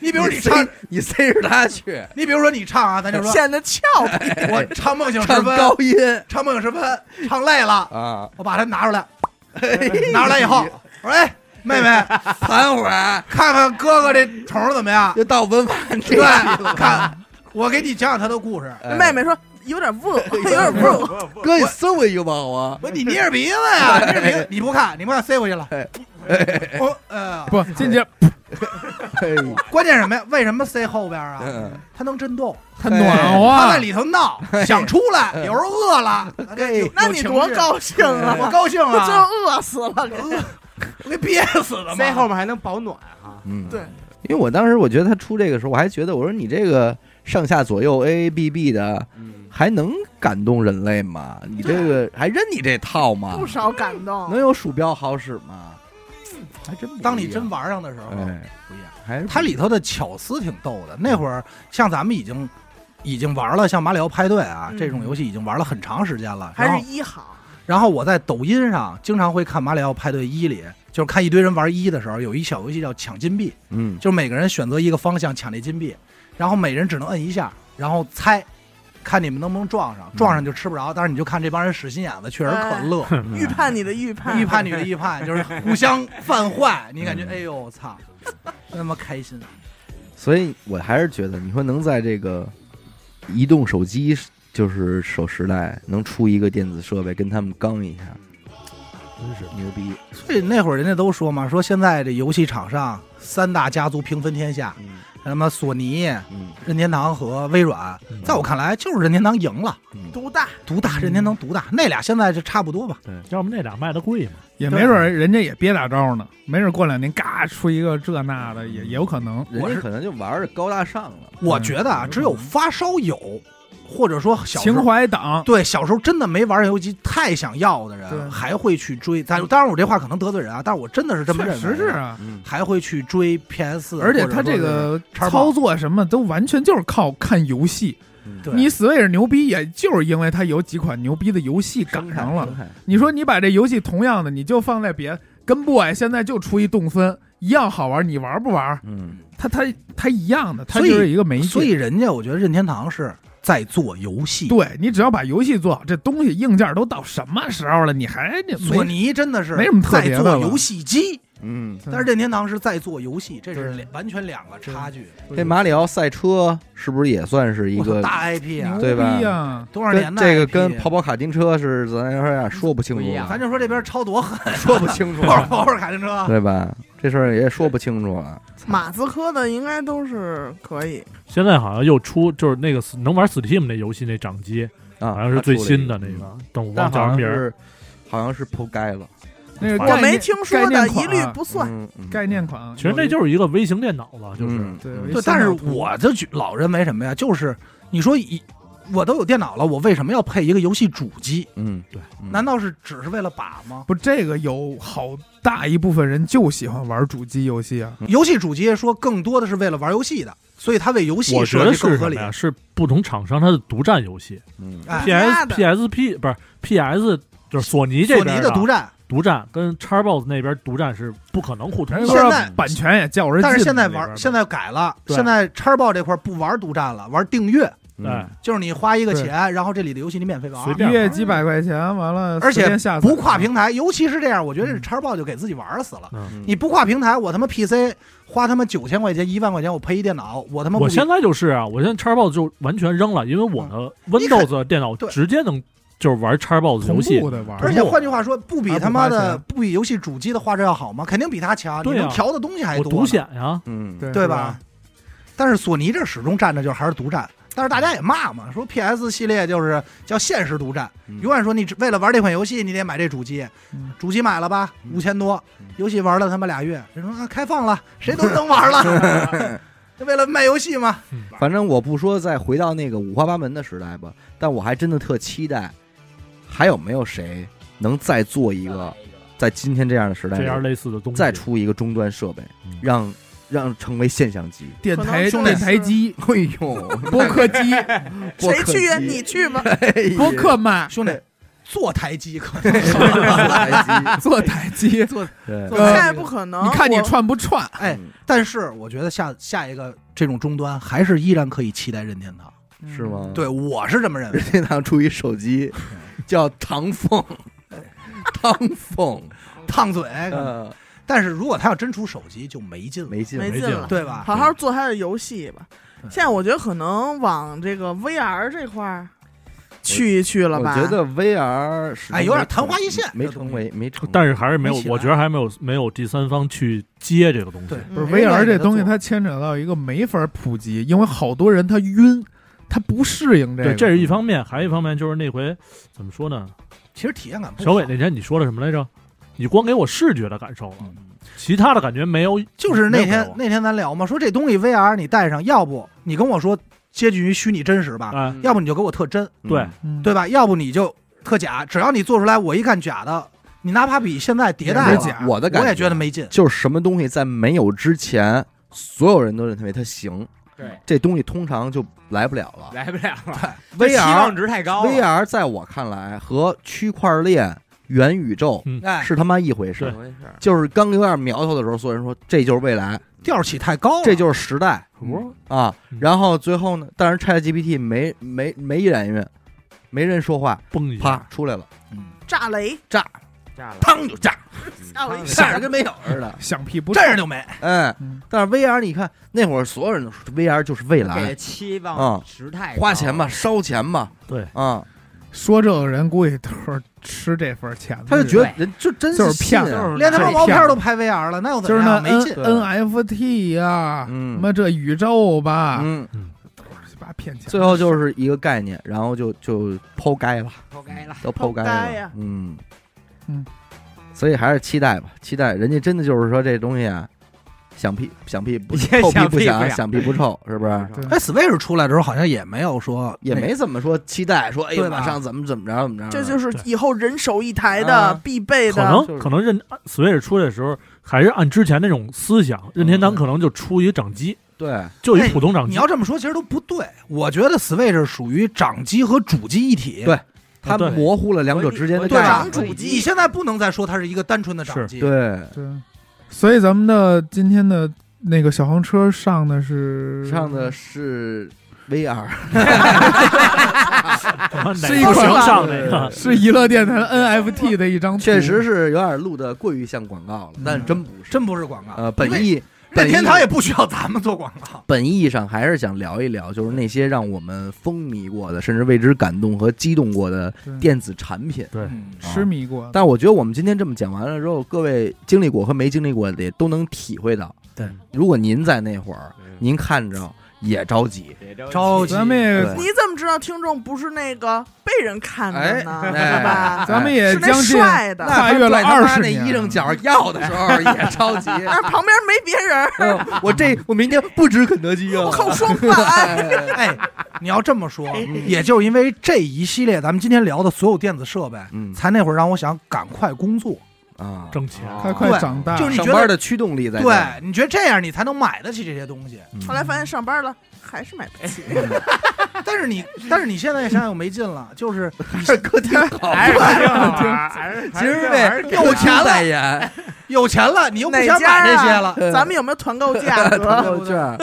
你比如你塞唱，，啊你塞着他去你比如说你唱啊，咱就说显得俏皮。我唱梦醒时唱分，高音唱梦醒时分，唱累了，啊，我把它拿出来，拿出来以后，我说哎，妹妹，盘会儿看看哥哥这虫怎么样？啊就到文玩这 一期对了，，看，我给你讲讲他的故事。哎妹妹说有点不，有点不。哥，你送哎我一个啊吧，我我说你捏着鼻子呀，捏着鼻子，你不看，你不看塞过去了哎。我呃，不进去嘿关键什么呀？为什么塞后边啊？嗯它能震动，很暖它和在，里头闹，想出来，有时候饿了，哎有那你多？高兴啊！有情绪我高兴 我真啊，饿死了，给我给憋死了塞嘛。后面还能保暖啊，嗯，对，因为我当时我觉得他出这个时候，我还觉得我说你这个上下左右 A A B B 的，嗯，还能感动人类吗？你这个还认你这套吗不？少感动能。有鼠标好使吗？还真不一样当你真玩上的时候，哎不一样。还是它里头的巧思挺逗的。那会儿像咱们已经已经玩了像马里奥派对啊嗯这种游戏，已经玩了很长时间了。然还后是一好，然后我在抖音上经常会看《马里奥派对一》里，就是看一堆人玩一的时候，有一小游戏叫抢金币，嗯就是每个人选择一个方向抢这金币，然后每人只能摁一下，然后猜，看你们能不能撞上，撞上就吃不着。但是你就看这帮人使心眼子，确实可 乐。预判你的预判，预判女的预判，就是互相犯坏，你感觉嗯哎呦我操，那么开心。啊所以我还是觉得，你说能在这个移动手机就是手时代能出一个电子设备跟他们刚一下，真是牛逼。所以那会儿人家都说嘛，说现在这游戏场上三大家族平分天下，嗯什么索尼、嗯任天堂和微软，嗯在我看来就是任天堂赢了，嗯，独大，独大任天嗯堂独大，那俩现在就差不多吧。要不那俩卖的贵嘛？也没准儿人家也憋大招呢，没准儿过两年嘎出一个这那的，也也有可能。人家可能就玩的高大上了。我觉得啊，嗯只有发烧友，或者说小时情候怀党，对小时候真的没玩游戏太想要的对人，还会去追。但当然我这话可能得罪人啊，但是我真的是这么确认为的，实是啊。嗯，还会去追 PS，而且他这个操作什么都完全就是靠看游戏。你 Switch 牛逼，也就是因为它有几款牛逼的游戏赶上了。了，你说你把这游戏同样的，你就放在别跟 boy 现在就出一动森一样好玩，你玩不玩？嗯，它它它一样的，它所以就是一个媒介。所以人家我觉得任天堂是在做游戏，对你只要把游戏做好，这东西硬件都到什么时候了，你还 那索尼真的是没什么特别的在了做游戏机，嗯，但是任天堂是在做游戏，这是对两完全两个差距。这马里奥赛车是不是也算是一我操个？大 IP 啊牛，对吧逼呀！多少年跟的这个 IP 跟跑跑卡丁车是咱有点说不清不一样楚，咱就说这边超多 狠， 说不清楚跑跑跑卡丁车，对吧？这事儿也说不清楚了。马斯科的应该都是可以。现在好像又出就是那个能玩 Steam 那游戏那掌机，啊，好像是他最出了新一嗯的那个，但我但忘叫好什么像名儿。是好像是铺盖了，那是我我概念没听说概念的，款啊一律不算。嗯嗯概念款。啊其实那就是一个微型电脑了，就是嗯对嗯我一对，但是我就觉老认为什么呀？就是你说一，我都有电脑了，我为什么要配一个游戏主机？嗯，对嗯，难道是只是为了把吗？不，这个有好大一部分人就喜欢玩主机游戏啊。游戏主机说更多的是为了玩游戏的，所以它为游戏我设觉得计是更什合么理。呀？是不同厂商它的独占游戏嗯哎，家，PS 的 PSP 不是 PS 就是索尼这索边啊尼的独占，独占跟 Xbox 那边独占是不可能互通人的。家现说在版权也较人但是劲现呢在那边玩儿现在改了，对现在叉 b 这块不玩独占了，玩订阅，嗯哎，就是你花一个对钱，然后这里的游戏你免费随玩便，一月几百块钱，完了而且随便下载不跨平台，尤其是这样，我觉得这叉 b 就给自己玩死了。嗯你不跨平台，我他妈 PC 花他妈九千块钱、一万块钱，我配一电脑，我他妈不我现在就是啊，我现在 Xbox 就完全扔了，因为我的你看 Windows 的电脑对直接能就是玩 Xbox 游同戏步，的玩儿，而且换句话说，不比还不他妈花的钱不比游戏主机的画质要好吗？肯定比它强，你对啊能调的东西还我多独呢，显呀，嗯，对对是吧？？但是索尼这始终站着就是还是独占，但是大家也骂嘛，说 PS 系列就是叫现实独占，嗯永远说你只为了玩这款游戏，你得买这主机嗯，主机买了吧，嗯五千多嗯，游戏玩了他妈俩月，人说啊开放了，谁都能玩 了，就为了卖游戏嘛。反正我不说再回到那个五花八门的时代吧，但我还真的特期待，还有没有谁能再做一个，在今天这样的时代这里，样类似的东西，再出一个终端设备嗯，让让成为现象级。电台可能电台机、哎呦，播客机、播谁客去呀？机你去吧。播客嘛，兄弟，坐台机可 台机坐台机。坐。对坐现台在机不可能。你看你我串不串？哎，但是我觉得下下一个这种终端还是依然可以期待任天堂。是吗？对，我是这么认 为任。天堂出一手机叫唐凤，唐凤，烫嘴，呃，但是如果他要真出手机就没劲了，没劲，没劲了对嗯吧？好好做他的游戏吧。对现在我觉得可能往这个 VR 这块儿去一去了我吧。觉得 VR 始终哎有点没昙花一现没这成东西为没成为，但是还是没有没起，来我觉得还没有没有第三方去接这个东西对。嗯不是 VR 这东西，做它牵扯到一个没法普及，因为好多人他晕，他不适应这对，个。这是一方面，还有一方面就是那回怎么说呢？其实体验感不好小伟那天你说的什么来着？你光给我视觉的感受了，嗯其他的感觉没有。就是那没有天给我那天咱聊嘛，说这东西 VR 你戴上，要不你跟我说接近于虚拟真实吧，哎，要不你就给我特真，嗯对嗯对吧？要不你就特假，只要你做出来，我一看假的，你哪怕比现在迭代也了是假我的感我也觉得没劲。就是什么东西在没有之前，所有人都认为它行，对，这东西通常就来不了了。来不了了期 VR 望值太高了 VR 在我看来和区块链、元宇宙嗯哎，是他妈一回事对儿。就是刚有点苗头的时候，所有人说这就是未来，调起太高了，这就是时代哦我啊嗯。然后最后呢，但是 ChatGPT 没没没一染运，没人说话，蹦哎一啪下，出来了，嗯炸雷，炸，炸了嗯砰就炸，吓我一吓得跟没有似 的。想屁不这样就没。哎嗯，但是 VR 你看那会儿所有人都说 VR 就是未给的来，期望值太高花钱吧，，烧钱吧，对啊，说这个人估计都是吃这份钱的，他就觉得人就真就是信啊骗子连他妈太毛片骗儿了都拍 VR 了，那又怎就是么那嗯样？没 N 劲。 NFT 呀，嗯什么这宇宙吧，嗯，都是鸡巴骗钱。最后就是一个概念，然后就就剖开了，活该了。都剖剖开了呀，嗯嗯，所以还是期待吧，期待人家真的就是说这东西啊，响屁响屁不也臭屁不响屁不响，响响屁不臭，是不是？对哎，Switch 出来的时候好像也没有说也那没怎么说期待，说哎呦对吧马上怎么怎么着怎么着，这就是对以后人手一台啊的必备可的。就是能可能任 Switch 出来的时候，还是按之前那种思想，任天堂可能就出一个掌机，对，就一普通掌你机。要这么说，其实都不对。我觉得 Switch 属于掌机和主机一体，对它啊对模糊了两者之间的对啊吧概掌念，主你机，现在不能再说它是一个单纯的掌机，，对。对，所以咱们的今天的那个小黄车上的是上的是 VR，是是一款上那个，是娱乐电台的 NFT 的一张图，确实是有点录的过于像广告了嗯，但真不是。真不是广告。呃，本因为意任本意天堂也不需要咱们做广告。本意上还是想聊一聊，就是那些让我们风靡过的，甚至为之感动和激动过的对电子产品。对嗯啊痴迷过。但我觉得我们今天这么讲完了之后，各位经历过和没经历过的也都能体会到。对，如果您在那会儿，嗯您看着也着急，着急咱们也对你怎么知道听众不是那个被人看的呢？哎是吧？咱们也是那哎将近帅的，跨越了那他二妈十那年，衣裳角要的时候也着急。但是旁边没别人，嗯我这我明天不吃肯德基啊！我靠，双板。 哎，你要这么说，哎也就因为这一系列咱们今天聊的所有电子设备，嗯才那会儿让我想赶快工作。啊，挣钱他快对长大，就是你上觉得班的驱动力在这儿。对，你觉得这样你才能买得起这些东西。嗯后来发现上班了还是买不起，但是你，但是你现在想想又没劲了， 就是是歌厅好， 还是挺其实呗， 有钱了代言，有钱了，你又不哪想家买这些啊 了。咱们有没有团购价朋格？友券，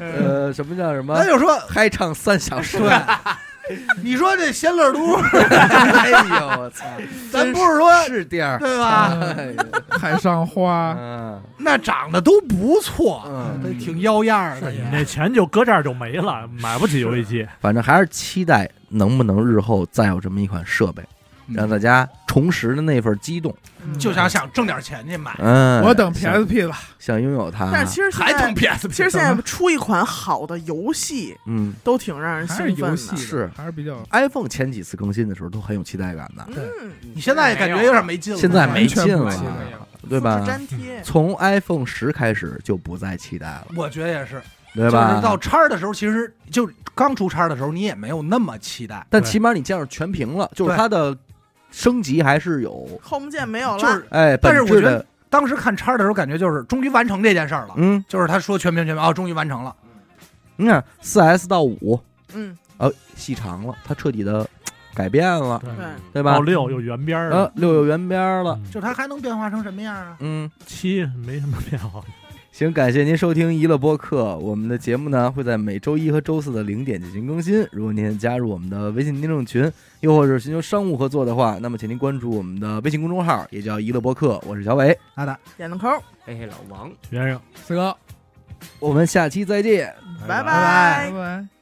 呃，什么叫什么那？就 说，嗨唱三小 时，对，你说这仙乐都，哎呦我操，咱不是说是地儿，对吧？哎呦 海上花，嗯那长得都不错，嗯，都挺妖样儿的你也。那钱就搁这儿就没了，买不起游戏机。反正还是期待能不能日后再有这么一款设备，嗯让大家重拾的那份激动。就想想挣点钱去买，嗯，嗯我等想 PSP 吧，想拥有它，但是其实现还在等，PSP。其实现在出一款好的游戏嗯都挺让人还兴是游奋戏的的。是还是比较，iPhone 前几次更新的时候都很有期待感的，嗯，你现在感觉有点没劲了。现在没完全劲不了期待，对复制吧？粘嗯贴，从 iPhone 十开始就不再期待了，我觉得也是，对就吧？是到叉儿的时候，其实就刚出叉儿的时候，你也没有那么期待。但起码你见着全屏了，就是它的升级还是有， home 键没有就了，是哎，但是本质我觉的得，当时看叉的时候，感觉就是终于完成这件事儿了。嗯，就是他说全屏全屏哦，终于完成了。你看四 S 到五，嗯，呃，细长了，它彻底的改变了，嗯对，对吧到？六有圆边儿呃的，，六有圆边了，嗯就他还能变化成什么样啊？嗯，七没什么变化。行，感谢您收听娱乐播客。我们的节目呢会在每周一和周四的零点进行更新。如果您加入我们的微信听众群，又或者寻求商务合作的话，那么请您关注我们的微信公众号，也叫娱乐播客。我是小伟，阿达，点个扣，嘿哎嘿，老王。先生，四哥，我们下期再见。拜拜拜拜。